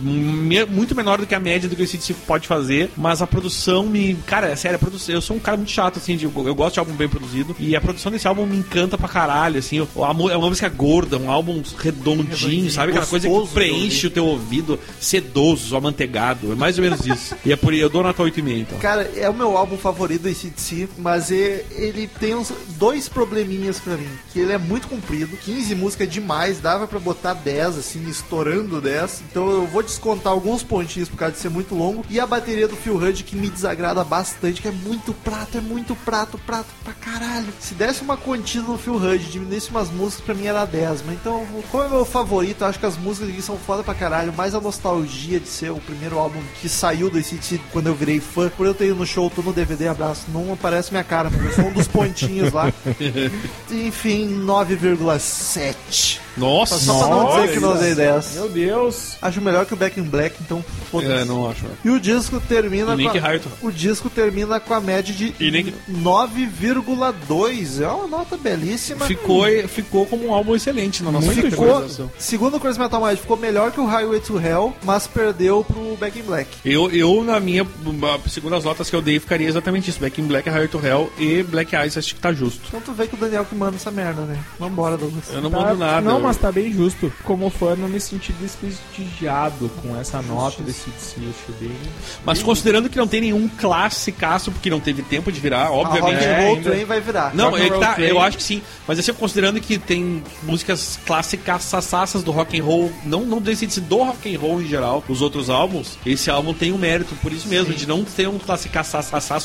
me- muito menor do que a média do que o CDC pode fazer, mas a produção me. Cara, é sério, a produção, eu sou um cara muito chato, assim, de- eu gosto de álbum bem produzido, e a produção desse álbum me encanta pra caralho, assim. o- a mu- é uma música gorda, um álbum redondinho, sabe? Aquela coisa que gostoso de preenche o teu ouvido, sedoso, amanteigado, é mais ou menos isso. e é por eu dou nota 8,5, então. Cara, é o meu álbum favorito do ACDC, mas e- ele tem uns dois probleminhas pra mim. Que ele é muito comprido, 15 músicas é demais, dava pra botar 10, assim, estourando 10. Então eu vou descontar alguns pontinhos por causa de ser muito longo. E a bateria do Phil Hud que me desagrada bastante, que é muito prato, é muito prato, prato pra caralho. Se desse uma quantia no Phil Hud, diminuísse umas músicas, pra mim era 10. Mas então, como é meu favorito, eu acho que as músicas aqui são foda pra caralho. Mais a nostalgia de ser o primeiro álbum que saiu do ACDC quando eu virei fã. Por eu ter ido no show, tô no DVD, abraço. Não aparece minha cara, mas eu sou um dos pontinhos [laughs] lá. Enfim, 9,7. Nossa, Só pra não dizer que não dei 10. Meu Deus. Acho melhor que o Back in Black, então foda-se. É, não acho. E o disco termina E nem com que a... raio o disco termina com a média de E nem que- 9,2. É uma nota belíssima. Ficou, ficou como um álbum excelente na nossa Ficou- categorização. segundo o Crazy Metal Mind, ficou melhor que o Highway to Hell, mas perdeu pro Back in Black. Eu, eu, na minha, segundo as notas que eu dei, ficaria exatamente isso. Back in Black, Higher to Hell e Black Eyes, acho que tá justo. Então tu vê que o Daniel que manda essa merda, né? Vambora, Douglas. Eu não Tá- mando nada. Não, eu- mas tá bem justo. Como fã, não me senti desprestigiado com essa nota do CDC. Eu achei bem. Mas considerando que não tem nenhum classicaço, porque não teve tempo de virar, a Rock obviamente. and é, Roll ainda- Train vai virar. Não, Rock é and que tá, Roll Train. eu acho que sim. Mas assim, considerando que tem músicas clássicas do rock and roll, não, não decide do rock and roll em geral, os outros álbuns, esse álbum tem um mérito por isso mesmo, de não ter um classicaço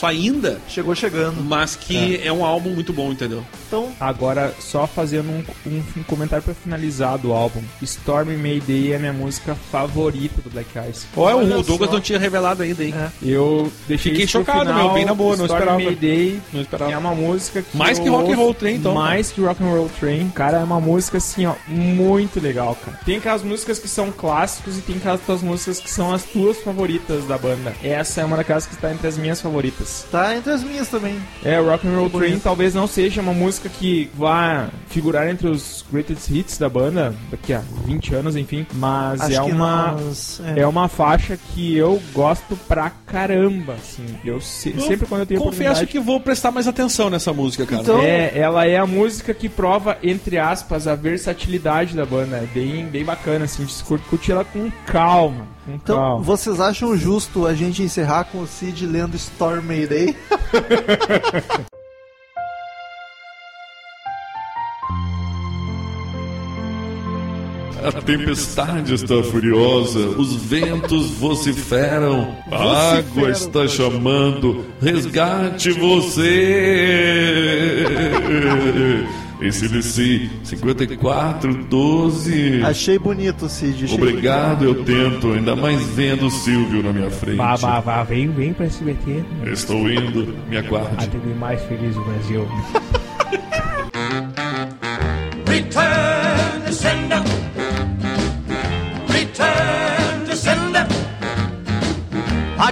ainda, Chegou chegando. mas que é. um álbum muito bom, entendeu? Então, Agora, só fazendo um, um comentário pra finalizar do álbum. Storm Mayday é a minha música favorita do Black Eyes. Ou é Olha o Douglas só. não tinha revelado ainda, hein? É. Eu deixei Fiquei isso pro chocado, final. meu, bem na boa, não Storm esperava. Mayday Não esperava. é uma música que Mais eu que Rock and Roll ouço- Train, então. Mais que Rock and Roll Train, cara, é uma música assim, ó, muito legal, cara. Tem aquelas músicas que são clássicos e tem aquelas tuas músicas que são as tuas favoritas da banda. Essa é uma daquelas que está entre as minhas favoritas. tá entre as minhas também. É, Rock and Roll Bonito. Train talvez não seja uma música que vá figurar entre os greatest hits da banda daqui a 20 anos, enfim, mas Acho é que uma não, né? mas, é uma faixa que eu gosto pra caramba, assim. Eu se- sempre quando eu tenho Confesso oportunidade que vou prestar mais atenção nessa música, cara. Então- é, ela é a música que prova, entre aspas, a versatilidade da banda. É bem, bem bacana, assim, de se cur- curtir ela com calma. Com Então, calma. vocês acham justo a gente encerrar com o Cid lendo Storm Mayday? A tempestade está furiosa, os ventos vociferam, a água está chamando, resgate você! ACDC 5412. Achei bonito, Cid. achei Obrigado, eu tento, ainda mais vendo o Silvio na minha frente. Vá, vá, vá, vem, vem pra SBT, Estou indo, me a aguarde. TV mais feliz do Brasil. Return to sender. Return to sender. I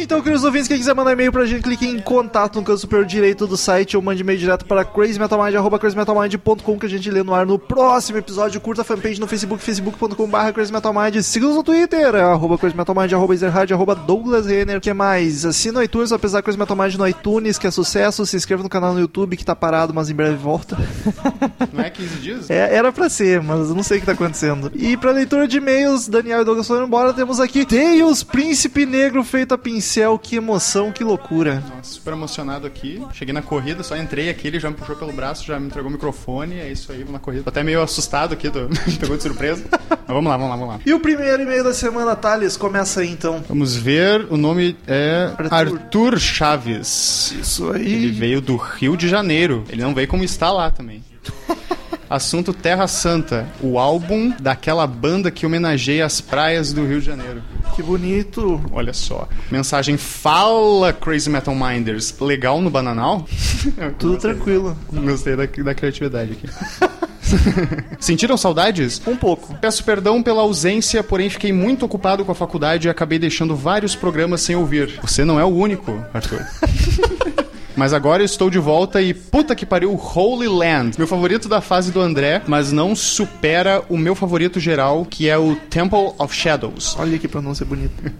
Então, queridos ouvintes, quem quiser mandar e-mail pra gente, clique em contato no canto superior direito do site ou mande e-mail direto para crazymetalmind, arroba crazymetalmind.com que a gente lê no ar no próximo episódio. Curta a fanpage no Facebook, facebook.com.br crazymetalmind. Siga-nos no Twitter, arroba crazymetalmind, arroba ezerhard, arroba Douglas Renner. que mais? Assina o iTunes, apesar Crazy Metal Mind no iTunes, que é sucesso. Se inscreva no canal no YouTube, que tá parado, mas em breve volta. Não é 15 dias? É, era pra ser, mas eu não sei o que tá acontecendo. E pra leitura de e-mails, Daniel e Douglas foram embora, temos aqui Tails Príncipe Negro feito a pincel, que emoção, que loucura. Nossa, super emocionado aqui. Cheguei na corrida, só entrei aqui, ele já me puxou pelo braço, já me entregou o microfone, é isso aí, vamos na corrida. Tô até meio assustado aqui, tô... [laughs] me pegou de surpresa. Mas vamos lá, vamos lá, vamos lá. E o primeiro e-mail da semana, Thales, começa aí então. Vamos ver, o nome é Arthur. Arthur, Chaves. Isso Ele aí. veio do Rio de Janeiro. Ele não veio como está [laughs] lá também. Assunto Terra Santa, o álbum daquela banda que homenageia as praias do Rio de Janeiro. Que bonito. Olha só. Mensagem fala Crazy Metal Minders. Legal no Bananal? [laughs] Tudo tranquilo. Gostei da, da criatividade aqui. [laughs] Sentiram saudades? Um pouco. Peço perdão pela ausência, porém fiquei muito ocupado com a faculdade e acabei deixando vários programas sem ouvir. Você não é o único, [laughs] Arthur. Mas agora eu estou de volta e puta que pariu, Holy Land. Meu favorito da fase do André, mas não supera o meu favorito geral, que é o Temple of Shadows. Olha que pronúncia bonita.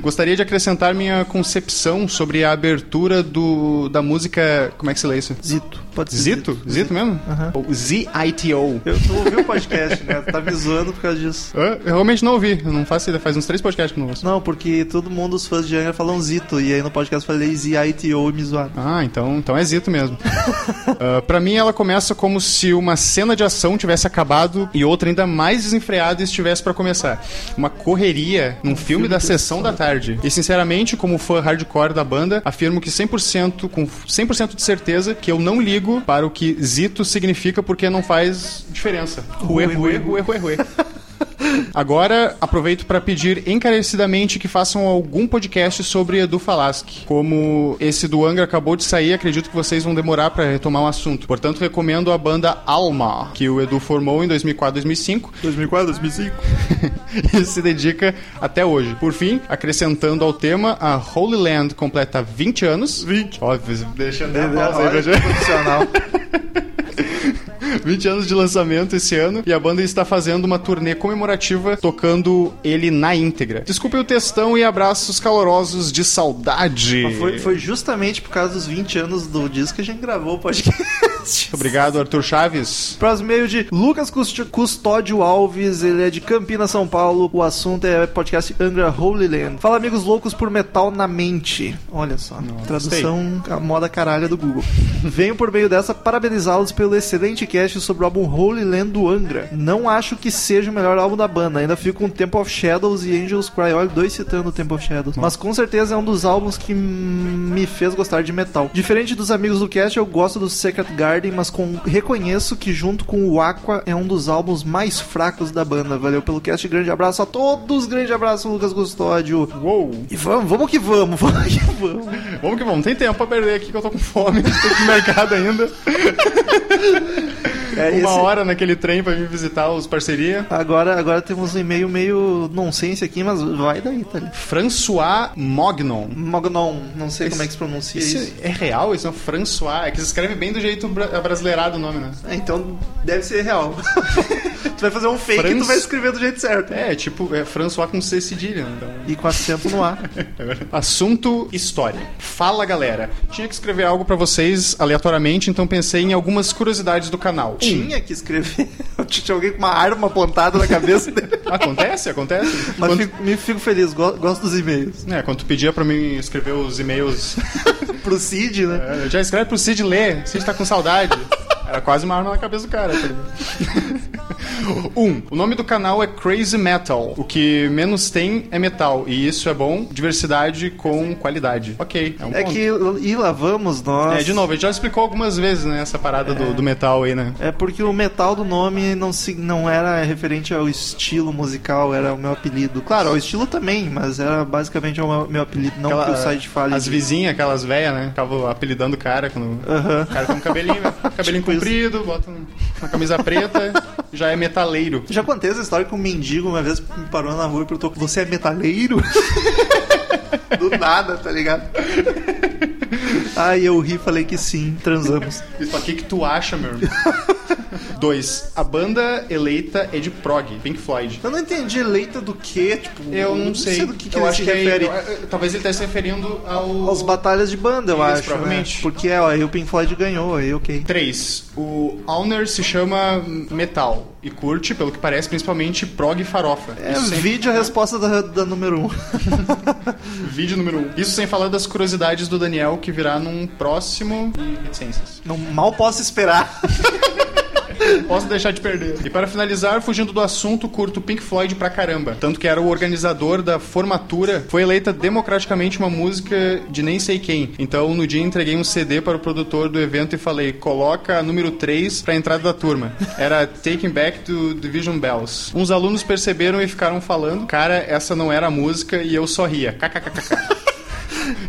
Gostaria de acrescentar minha concepção sobre a abertura do, da música. Como é que se lê isso? Zito. Pode ser Zito? Zito mesmo? Ou Z-I-T-O. Eu tu ouviu o podcast, né? Tá me zoando por causa disso. Hã? Eu realmente não ouvi, eu não faço ideia, faz uns três podcasts que eu não ouço. Não, porque todo mundo, os fãs de Angra, falam Zito. E aí no podcast eu falei Z-I-T-O e me zoaram. Ah, então, então é Zito [laughs] mesmo. Ah, pra mim, ela começa como se uma cena de ação tivesse acabado e outra ainda mais desenfreada estivesse pra começar. Uma correria num Um filme, da sessão da tarde. E, sinceramente, como fã hardcore da banda, afirmo que 100%, com 100% de certeza, que eu não ligo para o que Zito significa porque não faz diferença. Ruê, ruê, ruê, ruê, ruê. Agora, aproveito para pedir encarecidamente que façam algum podcast sobre Edu Falaschi. Como esse do Angra acabou de sair, acredito que vocês vão demorar para retomar o assunto. Portanto, recomendo a banda Alma, que o Edu formou em 2004, 2005 é 2004, 2005. [laughs] e se dedica até hoje. Por fim, acrescentando ao tema, a Holy Land completa 20 anos. 20. Ó, deixando a pausa aí pra gente. Profissional. 20 anos de lançamento esse ano e a banda está fazendo uma turnê comemorativa tocando ele na íntegra. Desculpe o textão e abraços calorosos de saudade. Mas Foi, foi justamente por causa dos 20 anos do disco que a gente gravou o podcast. [laughs] Muito obrigado, Arthur Chaves. Próximo e-mail de Lucas Cust- Custódio Alves, ele é de Campinas, São Paulo. O assunto é podcast Angra Holy Land. Fala amigos loucos por metal na mente. Olha só, tradução a moda caralha do Google. Venho por meio dessa parabenizá-los pelo excelente cast sobre o álbum Holy Land do Angra. Não acho que seja o melhor álbum da banda, ainda fico com Temple of Shadows e Angels Cry. Olha, dois citando Temple of Shadows. Mas com certeza é um dos álbuns que me fez gostar de metal. Diferente dos amigos do cast, eu gosto do Secret Garden, mas com- reconheço que junto com o Aqua é um dos álbuns mais fracos da banda. Valeu pelo cast, grande abraço a todos, grande abraço Lucas Custódio. Uou. E vamos, vamos que vamos, [laughs] vamos que vamos. Vamos que vamos, tem tempo pra perder aqui que eu tô com fome, [laughs] tô no mercado ainda. É Uma esse- hora naquele trem pra vir visitar os parceria. Agora, agora temos um e-mail meio nonsense aqui, mas vai daí, tá ali. François Mognon. Mognon, não sei como é que se pronuncia isso. Esse é real? Isso é François? É que se escreve bem do jeito bra- brasileirado o nome, né? É, Então deve ser real. [laughs] tu vai fazer um fake e tu Franz- vai escrever do jeito certo. É, tipo, é François com C cedilha, né? então... E com acento no ar. Assunto história. Fala galera. Tinha que escrever algo pra vocês aleatoriamente, então pensei em algumas curiosidades do canal. [laughs] Um. Tinha que escrever. [laughs] Tinha alguém com uma arma apontada na cabeça dele. Acontece, acontece. [laughs] Mas quando, fico, me fico feliz, go- gosto dos e-mails. né, quando tu pedia pra mim escrever os e-mails, Pro Cid, né? é, já escreve pro Cid ler, Cid tá com saudade. Era quase uma arma na cabeça do cara. tá ligado? [laughs] Um, o nome do canal é Crazy Metal. O que menos tem é metal. E isso é bom. Diversidade com qualidade. Ok, é um É ponto. que e lá vamos nós. É, de novo, a gente já explicou algumas vezes, né, essa parada do, do metal aí, né? É porque o metal do nome não, se, não era referente ao estilo musical, era o meu apelido. Claro, ao estilo também, mas era basicamente o meu, meu apelido, não que o site fale. As de- vizinhas, aquelas velhas, né? Ficavam apelidando o cara quando. Aham. O cara com [laughs] cabelinho, né? cabelinho Tipo isso. comprido, bota um- uma camisa preta, já é metaleiro. Já contei essa história que um mendigo uma vez me parou na rua e perguntou: Você é metaleiro? [laughs] Do nada, tá ligado? Aí eu ri e falei que sim, transamos. Isso aqui que tu acha, meu [laughs] irmão. Dois, a banda eleita é de prog, Pink Floyd. Eu não entendi leita do que, tipo. Eu não sei. do que, que eu ele acho se que é ele- refere. eu- eu- talvez ele esteja se referindo ao. Aos batalhas de banda, eu Isso, acho. provavelmente. Né? Porque ó, aí o Pink Floyd ganhou, aí ok. 3. O Owner se chama Metal e curte, pelo que parece, principalmente prog e farofa. É, Isso sem- vídeo a resposta da, da número 1. Um. Vídeo número 1. Um. Isso sem falar das curiosidades do Daniel, que virá num próximo. E reticências. Não, mal posso esperar. [laughs] Posso deixar de perder. E para finalizar, fugindo do assunto, curto Pink Floyd pra caramba. Tanto que era o organizador da formatura, foi eleita democraticamente uma música de nem sei quem. Então, no dia, entreguei um CD para o produtor do evento e falei: coloca a número 3 pra entrada da turma. Era Taking Back to Division Bells. Uns alunos perceberam e ficaram falando: cara, essa não era a música e eu só ria. KKKK. [laughs]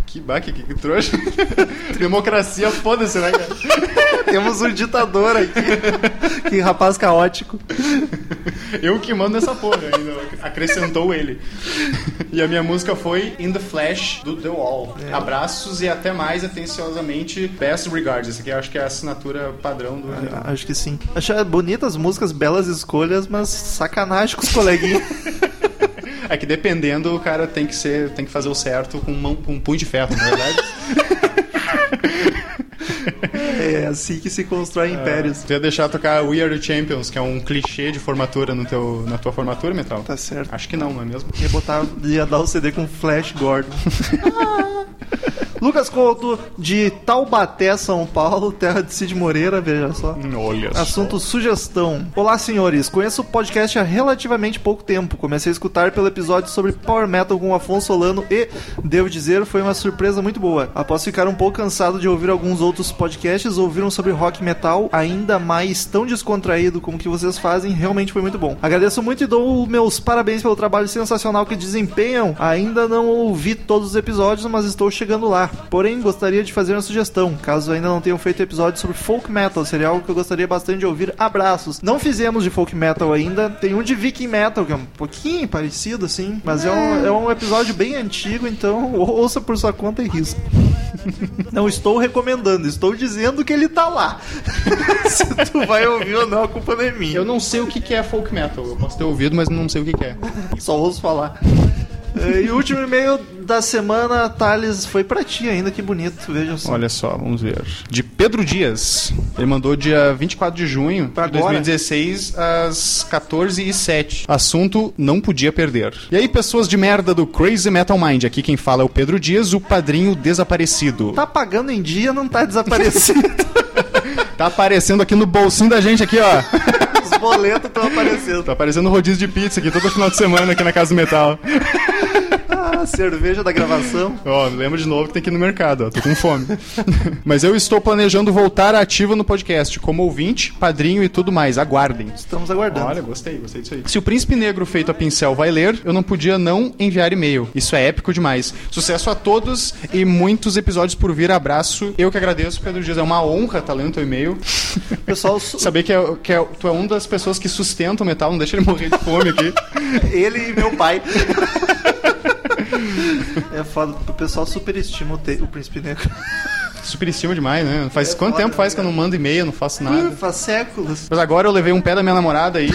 Que baque, que, que trouxa. [laughs] Democracia, foda-se, né, cara? Temos um ditador aqui. [laughs] que rapaz caótico. [laughs] Eu que mando essa porra, né? ainda acrescentou ele. E a minha música foi In the Flash do The Wall. Abraços e até mais, atenciosamente, best regards. Esse aqui eu acho que é a assinatura padrão do. Ah, Acho que sim. Achei bonitas músicas, belas escolhas, mas sacanagem com os coleguinhas. [laughs] É que dependendo, o cara tem que ser, tem que fazer o certo com, mão, com um punho de ferro, na verdade. é assim que se constrói impérios. Tu ia deixar tocar We Are the Champions, que é um clichê de formatura no teu, na tua formatura, Metal? Tá certo. Acho que não, não é mesmo? Ia botar, ia dar o CD com Flash Gordon. Lucas Couto, de Taubaté, São Paulo, terra de Cid Moreira, veja só. Olha Assunto sugestão. Olá, senhores. Conheço o podcast há relativamente pouco tempo. Comecei a escutar pelo episódio sobre Power Metal com o Afonso Solano e, devo dizer, foi uma surpresa muito boa. Após ficar um pouco cansado de ouvir alguns outros podcasts, ouviram sobre rock metal, ainda mais tão descontraído como que vocês fazem, realmente foi muito bom. Agradeço muito e dou meus parabéns pelo um trabalho sensacional que desempenham. Ainda não ouvi todos os episódios, mas estou chegando lá. Porém, gostaria de fazer uma sugestão, caso ainda não tenham feito episódio sobre folk metal, seria algo que eu gostaria bastante de ouvir. Abraços. Não fizemos de folk metal ainda, tem um de viking metal, que é um pouquinho parecido, assim, mas é um, é um episódio bem antigo, então [laughs] ou- ouça por sua conta e risco. [laughs] Não estou recomendando, estou dizendo que ele tá lá. [laughs] Se tu vai ouvir ou não, a culpa não é minha. Eu não sei o que que é folk metal. Eu posso ter ouvido, mas não sei o que que é. Só ouso falar. Eh, E o último e-mail da semana, Thales, foi pra ti ainda, que bonito, veja só. Olha só, vamos ver. De Pedro Dias. Ele mandou dia 24 de junho Pra de agora? 2016, às 14 h 07 Assunto: não podia perder. E aí, pessoas de merda do Crazy Metal Mind. Aqui quem fala é o Pedro Dias, o padrinho desaparecido. Tá pagando em dia, não tá desaparecendo. Tá aparecendo aqui no bolsinho da gente, aqui, ó. Os boletos estão aparecendo. Tá aparecendo rodízio de pizza aqui todo final de semana aqui na Casa do Metal. Ah, cerveja da gravação. Ó, lembra de novo que tem que ir no mercado, ó. Tô com fome. [laughs] Mas eu estou planejando voltar ativo no podcast, como ouvinte, padrinho e tudo mais. Aguardem. Estamos aguardando. Olha, gostei, gostei disso aí. Se o príncipe negro feito a pincel vai ler, eu não podia não enviar e-mail. Isso é épico demais. Sucesso a todos e muitos episódios por vir. Abraço. Eu que agradeço, Pedro Dias. É uma honra estar lendo teu e-mail. Pessoal, su- Saber que, é, que é- tu é uma das pessoas que sustenta o metal, não deixa ele morrer de fome [laughs] aqui. ele e meu pai. É foda, o pessoal superestima o, te- o Príncipe Negro. [laughs] Superestima demais, né? Faz quanto tempo faz que eu não mando e-mail, não faço nada. Faz séculos. Mas agora eu levei um pé da minha namorada aí.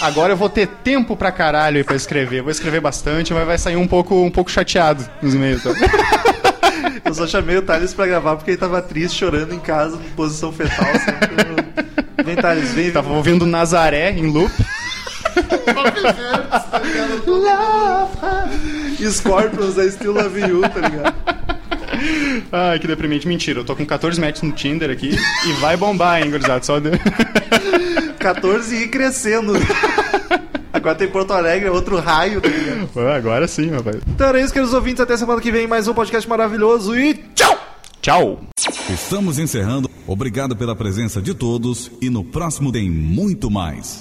Agora eu vou ter tempo pra caralho aí pra escrever. Vou escrever bastante, mas vai sair um pouco, um pouco chateado nos e-mails. Tá? Eu só chamei o Thales pra gravar porque ele tava triste, chorando em casa, em posição fetal. assim. Vem, Thales, vem. Tava ouvindo Nazaré em loop. Scorpions da Still Love You, tá ligado? Ai, que deprimente. Mentira, eu tô com 14 matches no Tinder aqui e vai bombar, hein, gurizada. Só de... 14 e crescendo. Agora tem Porto Alegre, outro raio. Tá ligado? Pô, [laughs] agora sim, rapaz. então era isso, queridos ouvintes. Até semana que vem, mais um podcast maravilhoso e tchau! Tchau. Estamos encerrando. Obrigado pela presença de todos e no próximo tem muito mais.